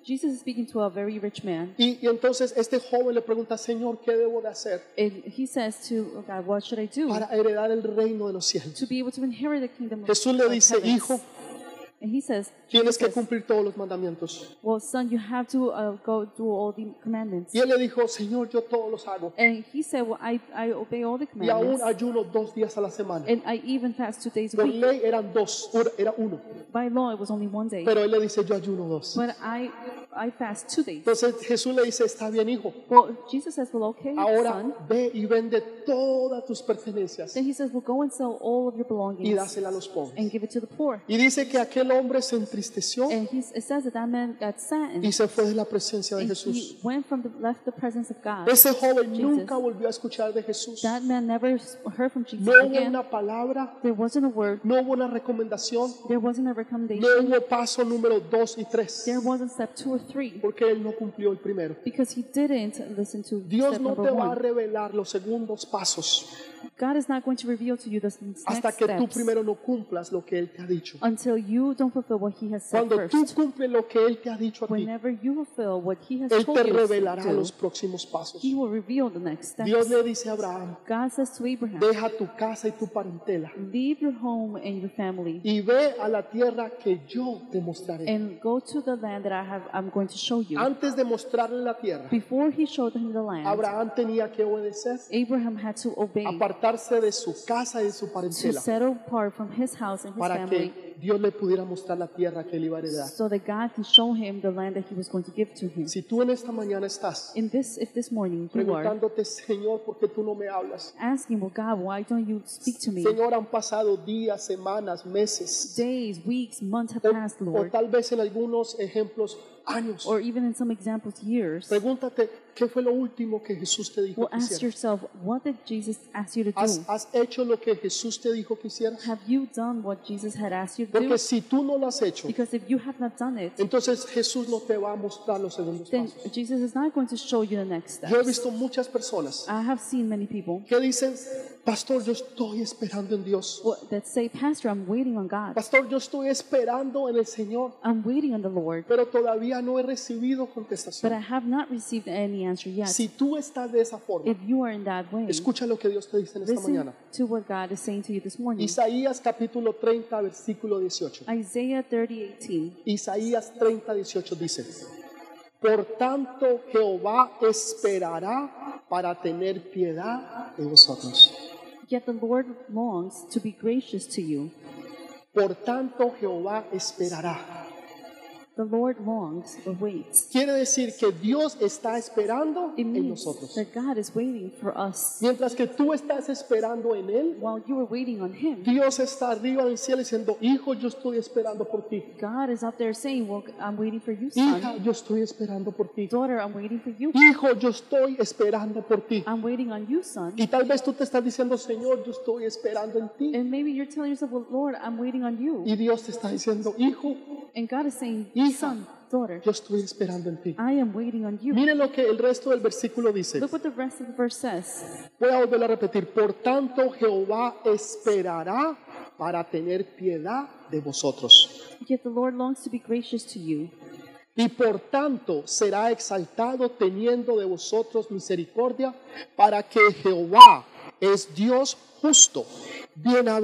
Speaker 2: Jesus is speaking to a very rich man.
Speaker 1: Y, y entonces este joven le pregunta, Señor, ¿qué debo de hacer
Speaker 2: And he says to "Oh God, What should I do
Speaker 1: para heredar el reino de los cielos?
Speaker 2: to be able to inherit the kingdom of,
Speaker 1: Jesús le
Speaker 2: of
Speaker 1: dice,
Speaker 2: heavens?"
Speaker 1: hijo,
Speaker 2: And he says,
Speaker 1: tienes que
Speaker 2: Jesus,
Speaker 1: cumplir todos los mandamientos.
Speaker 2: Well, son, you have to uh, go do all the commandments.
Speaker 1: Y él le dijo, Señor, yo todos los hago.
Speaker 2: And he said, Well, I, I obey all the
Speaker 1: Y aún
Speaker 2: commandments.
Speaker 1: ayuno dos días a la semana.
Speaker 2: And I even fast two days a
Speaker 1: Por
Speaker 2: week.
Speaker 1: ley eran dos, una- era uno.
Speaker 2: By law, it was only one day.
Speaker 1: Pero él le dice, yo ayuno dos.
Speaker 2: But I, I fast two days.
Speaker 1: Entonces Jesús le dice, está bien, hijo.
Speaker 2: Well, Jesus says, Well, okay,
Speaker 1: Ahora
Speaker 2: son.
Speaker 1: ve y vende todas tus pertenencias
Speaker 2: Then he says, Well, go and sell all of your
Speaker 1: y
Speaker 2: belongings
Speaker 1: dásela a los
Speaker 2: and
Speaker 1: pobres.
Speaker 2: give it to the poor.
Speaker 1: Y dice que aquel hombre se entristeció
Speaker 2: And he, it says that that man got saddened.
Speaker 1: y se fue de la presencia de
Speaker 2: And
Speaker 1: Jesús.
Speaker 2: he went from the, left the presence of God.
Speaker 1: Ese joven
Speaker 2: Jesus.
Speaker 1: nunca volvió a escuchar de Jesús.
Speaker 2: That man never s- heard from Jesus
Speaker 1: No hubo
Speaker 2: again.
Speaker 1: una palabra,
Speaker 2: There wasn't a word.
Speaker 1: no hubo una recomendación,
Speaker 2: There wasn't a recommendation.
Speaker 1: no hubo paso número dos y tres,
Speaker 2: There wasn't step two or three
Speaker 1: porque él no cumplió el primero.
Speaker 2: because he didn't listen to
Speaker 1: Dios
Speaker 2: step
Speaker 1: no
Speaker 2: number
Speaker 1: te va a
Speaker 2: one.
Speaker 1: revelar los segundos pasos
Speaker 2: God is not going to reveal to you the s- next
Speaker 1: hasta que tú
Speaker 2: steps
Speaker 1: primero no cumplas lo que él te ha dicho.
Speaker 2: until you don't fulfill what he has said
Speaker 1: Cuando tú
Speaker 2: first.
Speaker 1: cumples lo que él te ha dicho a ti,
Speaker 2: Whenever you fulfill what he has
Speaker 1: él
Speaker 2: told
Speaker 1: te
Speaker 2: you to
Speaker 1: revelará
Speaker 2: do,
Speaker 1: los próximos pasos.
Speaker 2: he will reveal the next steps.
Speaker 1: Dios le dice a Abraham,
Speaker 2: God says to Abraham,
Speaker 1: deja tu casa y tu parentela
Speaker 2: leave your home and your family
Speaker 1: y ve a la tierra que yo te mostraré.
Speaker 2: and go to the land that I have I'm going to show you.
Speaker 1: Antes de mostrarle la tierra,
Speaker 2: Before he showed him the land,
Speaker 1: Abraham tenía que obedecer,
Speaker 2: Abraham had to obey
Speaker 1: apartarse de su casa y de su
Speaker 2: to
Speaker 1: parentela
Speaker 2: settle apart from his house and his
Speaker 1: para
Speaker 2: family
Speaker 1: que Dios le pudiera mostrar la tierra que él iba a heredar.
Speaker 2: so that God can show him the land that he was going to give to him.
Speaker 1: Si tú en esta mañana estás
Speaker 2: In this if this morning you are
Speaker 1: preguntándote, Señor, ¿por qué tú no me hablas?
Speaker 2: asking, Well God, why don't you speak to me?
Speaker 1: Señor, han pasado días, semanas, meses,
Speaker 2: Days, weeks, months have
Speaker 1: o,
Speaker 2: passed,
Speaker 1: o
Speaker 2: Lord.
Speaker 1: tal vez en algunos ejemplos, años.
Speaker 2: Or even in some examples, years.
Speaker 1: Pregúntate, ¿qué fue lo último que Jesús te dijo
Speaker 2: Well
Speaker 1: que
Speaker 2: ask
Speaker 1: hiciera?
Speaker 2: yourself, what did Jesus ask you to
Speaker 1: ¿Has,
Speaker 2: do?
Speaker 1: has hecho lo que Jesús te dijo que hicieras?
Speaker 2: Have you done what Jesus had asked you to do?
Speaker 1: Porque si tú no lo has hecho,
Speaker 2: Because if you have not done it,
Speaker 1: entonces Jesús no te va a mostrar los segundos
Speaker 2: then
Speaker 1: pasos.
Speaker 2: Jesus is not going to show you the next
Speaker 1: Yo he
Speaker 2: steps.
Speaker 1: visto muchas personas
Speaker 2: I have seen many people
Speaker 1: que dicen, Pastor, yo estoy esperando en Dios.
Speaker 2: wh- that say, Pastor, I'm waiting on God.
Speaker 1: Pastor, yo estoy esperando en el Señor,
Speaker 2: I'm waiting on the Lord,
Speaker 1: pero todavía no he recibido contestación.
Speaker 2: but I have not received any answer yet.
Speaker 1: Si tú estás de esa forma,
Speaker 2: If you are in that way,
Speaker 1: escucha lo que Dios te dice en esta
Speaker 2: listen
Speaker 1: mañana.
Speaker 2: to what God is saying to you this morning.
Speaker 1: Isaías capítulo 30, versículo 18.
Speaker 2: Isaiah 30:18.
Speaker 1: Isaías 30, 18 dice, Por tanto Jehová esperará para tener piedad de vosotros.
Speaker 2: Yet the Lord longs to be gracious to you.
Speaker 1: Por tanto Jehová esperará.
Speaker 2: The Lord longs or waits.
Speaker 1: Quiere decir que Dios está esperando
Speaker 2: It
Speaker 1: en
Speaker 2: means
Speaker 1: nosotros.
Speaker 2: that God is waiting for us.
Speaker 1: Mientras que tú estás esperando en Él,
Speaker 2: While you are waiting on Him,
Speaker 1: Dios está arriba del cielo diciendo, Hijo, yo estoy esperando por ti.
Speaker 2: God is up there saying, Well, I'm waiting for you, son.
Speaker 1: Hija, yo estoy esperando por ti.
Speaker 2: Daughter, I'm waiting for you.
Speaker 1: Hijo, yo estoy esperando por ti.
Speaker 2: I'm waiting on you, son.
Speaker 1: Y tal vez tú te estás diciendo, Señor, yo estoy esperando en ti.
Speaker 2: And maybe you're telling yourself, Well, Lord, I'm waiting on you.
Speaker 1: Y Dios te está diciendo, Hijo,
Speaker 2: And God is saying,
Speaker 1: Hija.
Speaker 2: Son, daughter,
Speaker 1: yo estoy esperando en ti.
Speaker 2: I am waiting on you.
Speaker 1: Miren lo que el resto del versículo dice.
Speaker 2: Look what the rest of the verse says.
Speaker 1: Voy a volver a repetir. Por tanto, Jehová esperará para tener piedad de vosotros.
Speaker 2: Yet the Lord longs to be gracious to you,
Speaker 1: Y por tanto será exaltado teniendo de vosotros misericordia, para que Jehová es Dios justo.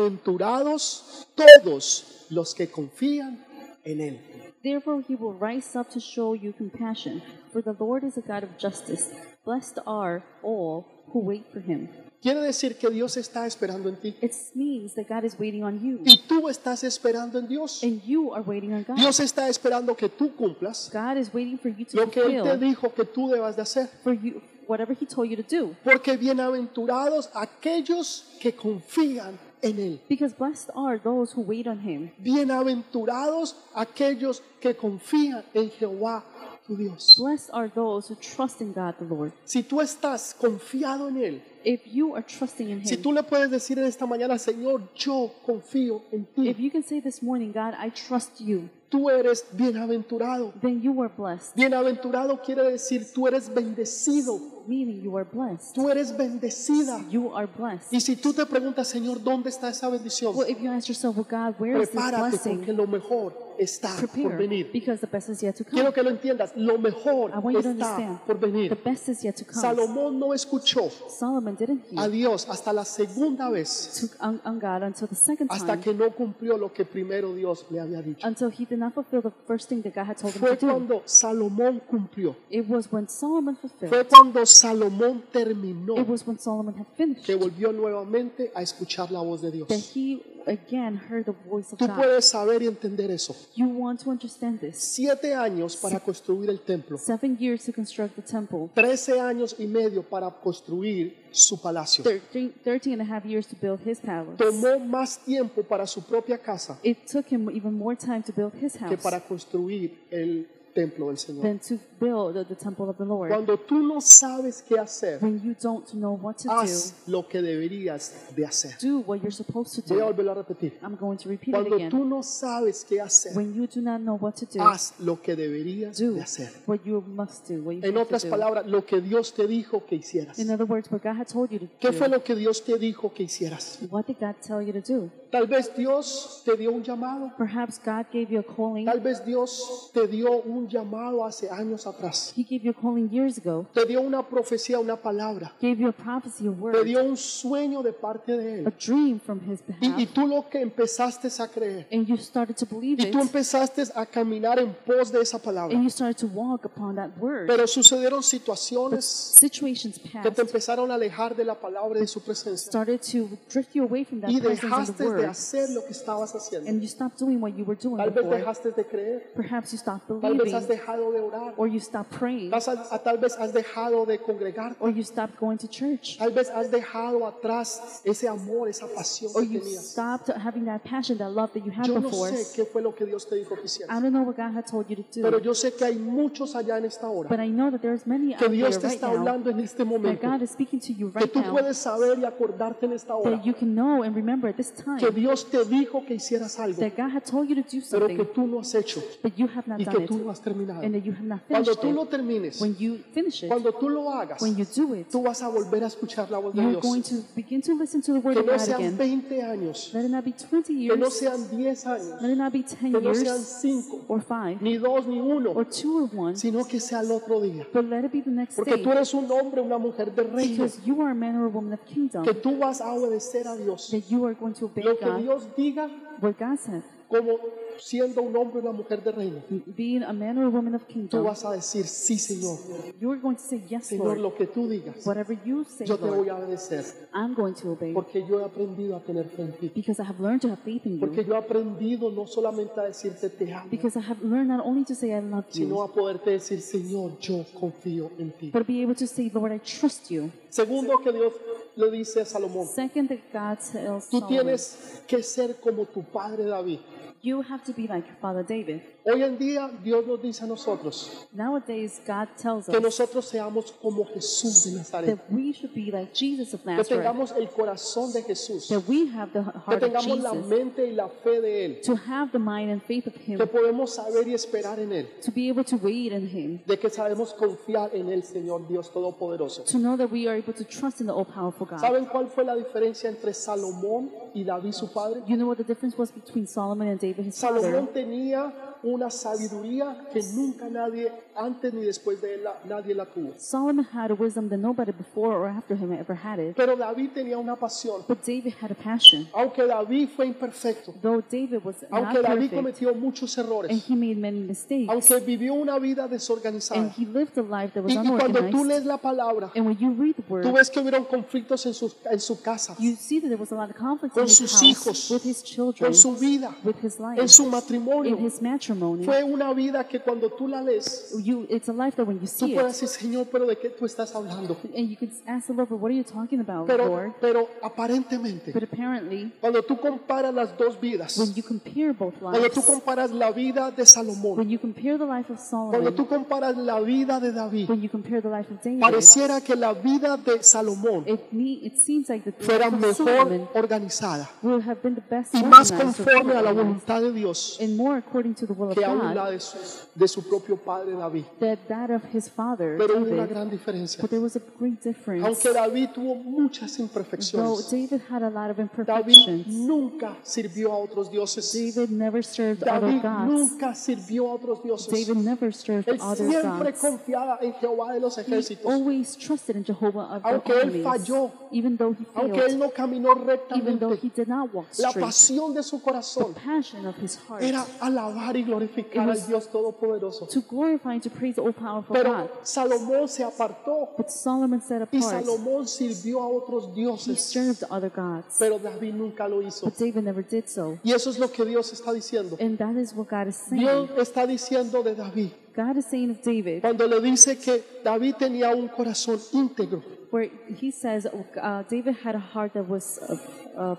Speaker 1: Bienaventurados todos los que confían en Él.
Speaker 2: Therefore, he will rise up to show you compassion, for the Lord is a God of justice. Blessed are all who wait for him.
Speaker 1: Quiere decir que Dios está esperando en ti.
Speaker 2: It means that God is waiting on you,
Speaker 1: Y tú estás esperando en Dios.
Speaker 2: and you are waiting on God.
Speaker 1: Dios está esperando que tú cumplas
Speaker 2: God is waiting for you to
Speaker 1: lo que Él te
Speaker 2: fulfill
Speaker 1: dijo que tú debas de hacer.
Speaker 2: for you whatever he told you to do.
Speaker 1: Porque bienaventurados aquellos que confían en Él.
Speaker 2: Because blessed are those who wait on him.
Speaker 1: Bienaventurados aquellos que confían en Jehová tu Dios.
Speaker 2: Blessed are those who trust in God the Lord.
Speaker 1: Si tú estás confiado en Él,
Speaker 2: If you are trusting in
Speaker 1: si
Speaker 2: Him,
Speaker 1: tú le puedes decir en esta mañana, Señor, yo confío en
Speaker 2: if
Speaker 1: ti,
Speaker 2: you can say this morning, God, I trust you,
Speaker 1: tú eres bienaventurado.
Speaker 2: then you are blessed.
Speaker 1: Bienaventurado quiere decir, tú eres bendecido,
Speaker 2: Meaning you are blessed.
Speaker 1: tú eres bendecida.
Speaker 2: You are blessed.
Speaker 1: Y si tú te preguntas, Señor, ¿dónde está esa bendición?
Speaker 2: Well, if you ask yourself, well, God, where is this
Speaker 1: Prepárate porque
Speaker 2: blessing?
Speaker 1: lo mejor está por
Speaker 2: Prepare,
Speaker 1: venir.
Speaker 2: because the best is yet to
Speaker 1: Quiero
Speaker 2: come.
Speaker 1: que lo entiendas, lo mejor
Speaker 2: I want you to understand,
Speaker 1: está por
Speaker 2: the
Speaker 1: venir.
Speaker 2: best is yet to come.
Speaker 1: Salomón no escuchó
Speaker 2: Solomon didn't
Speaker 1: a
Speaker 2: hear
Speaker 1: Dios hasta la segunda vez,
Speaker 2: to, on, on God until the second
Speaker 1: hasta
Speaker 2: time,
Speaker 1: que no cumplió lo que primero Dios le había dicho.
Speaker 2: until he did not fulfill the first thing that God had told him to
Speaker 1: Fue
Speaker 2: do.
Speaker 1: cuando Salomón cumplió,
Speaker 2: It was when Solomon fulfilled.
Speaker 1: fue cuando Salomón terminó,
Speaker 2: It was when Solomon had finished
Speaker 1: que volvió nuevamente a escuchar la voz de
Speaker 2: that
Speaker 1: Dios.
Speaker 2: he again heard the voice of
Speaker 1: Tú
Speaker 2: God.
Speaker 1: puedes saber y entender eso.
Speaker 2: You want to understand this.
Speaker 1: Siete años para construir el templo,
Speaker 2: Seven years to construct the temple,
Speaker 1: trece años y medio para construir su palacio.
Speaker 2: 13, 13 and a half years to build his palace.
Speaker 1: Tomó más tiempo para su propia casa
Speaker 2: It took him even more time to build his
Speaker 1: que
Speaker 2: house
Speaker 1: para construir el templo del Señor.
Speaker 2: than to build the temple of the Lord.
Speaker 1: Cuando tú no sabes qué hacer,
Speaker 2: When you don't know what to do,
Speaker 1: haz lo que deberías de hacer.
Speaker 2: do what you're supposed to
Speaker 1: Voy a
Speaker 2: do.
Speaker 1: volverlo a repetir.
Speaker 2: I'm going to repeat it
Speaker 1: Cuando
Speaker 2: again.
Speaker 1: tú no sabes qué hacer,
Speaker 2: When you do not know what to do,
Speaker 1: haz lo que deberías
Speaker 2: do
Speaker 1: de hacer.
Speaker 2: what you must do, what you
Speaker 1: En
Speaker 2: have to
Speaker 1: otras
Speaker 2: do.
Speaker 1: palabras, lo que Dios te dijo que hicieras.
Speaker 2: In other words, what God had told you to
Speaker 1: ¿Qué fue
Speaker 2: do.
Speaker 1: lo que Dios te dijo que hicieras?
Speaker 2: What did God tell you to do?
Speaker 1: Tal vez Dios te dio un llamado.
Speaker 2: Perhaps God gave you a calling.
Speaker 1: Tal vez Dios te dio un llamado hace años atrás.
Speaker 2: He gave you a calling years ago.
Speaker 1: Te dio una profecía, una palabra.
Speaker 2: Gave you a prophecy, a
Speaker 1: Te
Speaker 2: word,
Speaker 1: dio un sueño de parte de
Speaker 2: a
Speaker 1: Él.
Speaker 2: dream from His
Speaker 1: Y, y
Speaker 2: behalf,
Speaker 1: tú lo que empezaste a creer.
Speaker 2: and you started to believe
Speaker 1: Y
Speaker 2: it,
Speaker 1: tú empezaste a caminar en pos de esa palabra.
Speaker 2: and you started to walk upon that word.
Speaker 1: Pero sucedieron situaciones
Speaker 2: Situations
Speaker 1: que te
Speaker 2: passed
Speaker 1: empezaron a alejar de la palabra y de su presencia.
Speaker 2: started to drift you away from that
Speaker 1: Y
Speaker 2: presence of the
Speaker 1: dejaste de
Speaker 2: word,
Speaker 1: hacer lo que estabas haciendo.
Speaker 2: and you stopped doing what you were doing
Speaker 1: Tal vez
Speaker 2: before.
Speaker 1: dejaste de creer.
Speaker 2: Perhaps you stopped
Speaker 1: Tal vez has
Speaker 2: believing,
Speaker 1: dejado de orar.
Speaker 2: or you stopped praying,
Speaker 1: Tal vez- Tal vez has dejado de congregar.
Speaker 2: or you stopped going to church,
Speaker 1: Tal vez has dejado atrás ese amor, esa pasión
Speaker 2: or
Speaker 1: que
Speaker 2: you
Speaker 1: tenías.
Speaker 2: stopped having that passion, that love that you had
Speaker 1: Yo no
Speaker 2: before.
Speaker 1: sé qué fue lo que Dios te dijo que
Speaker 2: I
Speaker 1: hicieras,
Speaker 2: don't know what God had told you to
Speaker 1: pero
Speaker 2: do,
Speaker 1: yo sé que hay muchos allá en esta hora
Speaker 2: but I know that there's many out
Speaker 1: que
Speaker 2: there
Speaker 1: Dios te
Speaker 2: right
Speaker 1: está
Speaker 2: now
Speaker 1: hablando en este
Speaker 2: that
Speaker 1: momento,
Speaker 2: God is speaking to you
Speaker 1: que
Speaker 2: right
Speaker 1: tú
Speaker 2: now
Speaker 1: puedes saber y acordarte en esta hora
Speaker 2: that you can know and remember at this
Speaker 1: que
Speaker 2: time
Speaker 1: Dios te dijo que hicieras algo,
Speaker 2: that God had told you to do
Speaker 1: pero que
Speaker 2: something,
Speaker 1: tú no has hecho
Speaker 2: but you have not
Speaker 1: y
Speaker 2: done
Speaker 1: que
Speaker 2: it,
Speaker 1: tú no has terminado.
Speaker 2: and that you have not
Speaker 1: Cuando
Speaker 2: finished
Speaker 1: tú lo
Speaker 2: it.
Speaker 1: termines,
Speaker 2: When you finish it,
Speaker 1: cuando tú lo hagas,
Speaker 2: when you do it,
Speaker 1: tú vas a volver a escuchar la voz de
Speaker 2: you're
Speaker 1: Dios.
Speaker 2: going to begin to listen to the word
Speaker 1: Que
Speaker 2: of
Speaker 1: no
Speaker 2: God
Speaker 1: sean
Speaker 2: again.
Speaker 1: 20 años,
Speaker 2: Let it not be 20
Speaker 1: que no
Speaker 2: years,
Speaker 1: sean 10 años,
Speaker 2: let it not be 10
Speaker 1: que no sean
Speaker 2: years,
Speaker 1: 5,
Speaker 2: or 5,
Speaker 1: ni 2, ni 1.
Speaker 2: or 2 or 1,
Speaker 1: sino que sea el otro día.
Speaker 2: but let it be the next
Speaker 1: Porque
Speaker 2: day,
Speaker 1: tú eres un hombre, una mujer de reino,
Speaker 2: because you are a man or a woman of kingdom,
Speaker 1: que tú vas a obedecer a Dios.
Speaker 2: that you are going to obey
Speaker 1: Lo que
Speaker 2: God,
Speaker 1: Dios diga
Speaker 2: what God said.
Speaker 1: como siendo un hombre, una mujer de reino,
Speaker 2: Being a man or a woman of
Speaker 1: tú
Speaker 2: kingdom,
Speaker 1: vas a decir, sí Señor,
Speaker 2: you're going to say, Yes,
Speaker 1: Señor,
Speaker 2: Lord,
Speaker 1: lo que tú digas,
Speaker 2: whatever you say,
Speaker 1: yo te
Speaker 2: Lord.
Speaker 1: voy a obedecer,
Speaker 2: I'm going to obey
Speaker 1: porque yo he aprendido a tener fe en ti,
Speaker 2: because I have learned to have faith in you.
Speaker 1: porque yo he aprendido no solamente a decirte te amo,
Speaker 2: Because I have learned not only to say I love
Speaker 1: sino
Speaker 2: you,
Speaker 1: a poderte decir, Señor, yo confío en ti.
Speaker 2: but be able to say, Lord, I trust you.
Speaker 1: Segundo que Dios le dice a Salomón,
Speaker 2: Second, that God tells
Speaker 1: tú
Speaker 2: Solomon,
Speaker 1: tienes que ser como tu padre David.
Speaker 2: you have to be like your father David.
Speaker 1: Hoy en día Dios nos dice a nosotros
Speaker 2: Nowadays, God tells
Speaker 1: que
Speaker 2: us
Speaker 1: nosotros seamos como Jesús de Nazaret,
Speaker 2: that we should be like Jesus of
Speaker 1: que
Speaker 2: Nazareth,
Speaker 1: tengamos el corazón de Jesús,
Speaker 2: that
Speaker 1: que
Speaker 2: we have the heart of
Speaker 1: tengamos la
Speaker 2: Jesus,
Speaker 1: mente y la fe de Él,
Speaker 2: to have the mind and faith of
Speaker 1: que
Speaker 2: Him,
Speaker 1: podemos saber y esperar en Él,
Speaker 2: to be able to wait in Him,
Speaker 1: de que sabemos confiar en el Señor Dios Todopoderoso.
Speaker 2: to know that we are able to trust in the all powerful God.
Speaker 1: ¿Saben cuál fue la diferencia entre Salomón y David su padre?
Speaker 2: You know what the difference was between Solomon and David, his father?
Speaker 1: Salomón tenía una sabiduría que nunca nadie antes ni después de él la- nadie la tuvo.
Speaker 2: Solomon had a wisdom that nobody before or after him ever had it.
Speaker 1: Pero David tenía una pasión.
Speaker 2: But David had a passion.
Speaker 1: Aunque David fue imperfecto,
Speaker 2: Though David was not
Speaker 1: aunque David
Speaker 2: Ah, perfect,
Speaker 1: cometió muchos
Speaker 2: and
Speaker 1: errores,
Speaker 2: he made many mistakes,
Speaker 1: aunque vivió una vida
Speaker 2: and
Speaker 1: desorganizada.
Speaker 2: he lived a life that was
Speaker 1: Y, y cuando tú
Speaker 2: unorganized,
Speaker 1: lees la palabra,
Speaker 2: and when you read the
Speaker 1: tú
Speaker 2: word,
Speaker 1: ves que hubieron conflictos en su, en su casa,
Speaker 2: you see that there was a lot of conflicts
Speaker 1: con
Speaker 2: his
Speaker 1: sus
Speaker 2: house,
Speaker 1: hijos,
Speaker 2: with his children,
Speaker 1: con su vida,
Speaker 2: with his life,
Speaker 1: en su
Speaker 2: in
Speaker 1: matrimonio.
Speaker 2: his matrimony.
Speaker 1: Fue una vida que cuando tú la lees,
Speaker 2: You, it's a life that when you
Speaker 1: tú
Speaker 2: see
Speaker 1: puedes
Speaker 2: it,
Speaker 1: decir, Señor, pero ¿de qué tú estás hablando?
Speaker 2: and you could ask the Lord, but what are you talking about, Lord?
Speaker 1: Pero, pero aparentemente,
Speaker 2: But apparently,
Speaker 1: cuando tú comparas las dos
Speaker 2: when
Speaker 1: vidas,
Speaker 2: you compare both
Speaker 1: cuando tú
Speaker 2: lives,
Speaker 1: comparas la vida de Salomón,
Speaker 2: when you compare the life of
Speaker 1: cuando
Speaker 2: Solomon,
Speaker 1: tú comparas la vida de David,
Speaker 2: when you compare the life of David,
Speaker 1: pareciera que la vida de Salomón
Speaker 2: it, me, it seems like the
Speaker 1: fuera
Speaker 2: life of Solomon
Speaker 1: mejor organizada
Speaker 2: will have been the best
Speaker 1: y más
Speaker 2: organized or
Speaker 1: conforme a la
Speaker 2: organized,
Speaker 1: voluntad de Dios
Speaker 2: and more according to the will of
Speaker 1: que aún
Speaker 2: God
Speaker 1: la de su, de su propio padre David.
Speaker 2: than that of his father
Speaker 1: Pero hubo una
Speaker 2: David.
Speaker 1: gran diferencia.
Speaker 2: But there was a great difference.
Speaker 1: Aunque David tuvo muchas
Speaker 2: Though
Speaker 1: imperfecciones,
Speaker 2: David had a lot of
Speaker 1: David
Speaker 2: imperfections,
Speaker 1: nunca sirvió a otros dioses.
Speaker 2: David never served other
Speaker 1: David
Speaker 2: gods.
Speaker 1: nunca sirvió a otros dioses.
Speaker 2: David never served
Speaker 1: Él
Speaker 2: other
Speaker 1: siempre
Speaker 2: gods.
Speaker 1: confiaba en Jehová de los
Speaker 2: He
Speaker 1: ejércitos.
Speaker 2: always trusted in Jehovah of
Speaker 1: Aunque
Speaker 2: the
Speaker 1: él
Speaker 2: armies,
Speaker 1: falló,
Speaker 2: even though he
Speaker 1: Aunque él
Speaker 2: failed,
Speaker 1: no caminó
Speaker 2: even though
Speaker 1: rectamente,
Speaker 2: he did not walk
Speaker 1: la
Speaker 2: straight.
Speaker 1: pasión de su corazón
Speaker 2: Passion of his heart
Speaker 1: era alabar y glorificar al Dios Todopoderoso.
Speaker 2: to glorify and to praise the all-powerful God.
Speaker 1: Pero Salomón se apartó
Speaker 2: But Solomon set
Speaker 1: y
Speaker 2: apart.
Speaker 1: Salomón sirvió a otros
Speaker 2: He
Speaker 1: dioses,
Speaker 2: served other gods,
Speaker 1: pero David nunca lo hizo.
Speaker 2: but David never did so.
Speaker 1: Y eso es lo que Dios está diciendo.
Speaker 2: And that is what God is saying.
Speaker 1: Dios está diciendo de David,
Speaker 2: God is saying of David,
Speaker 1: cuando le dice que David tenía un corazón íntegro,
Speaker 2: where he says uh, David had a heart that was uh, uh,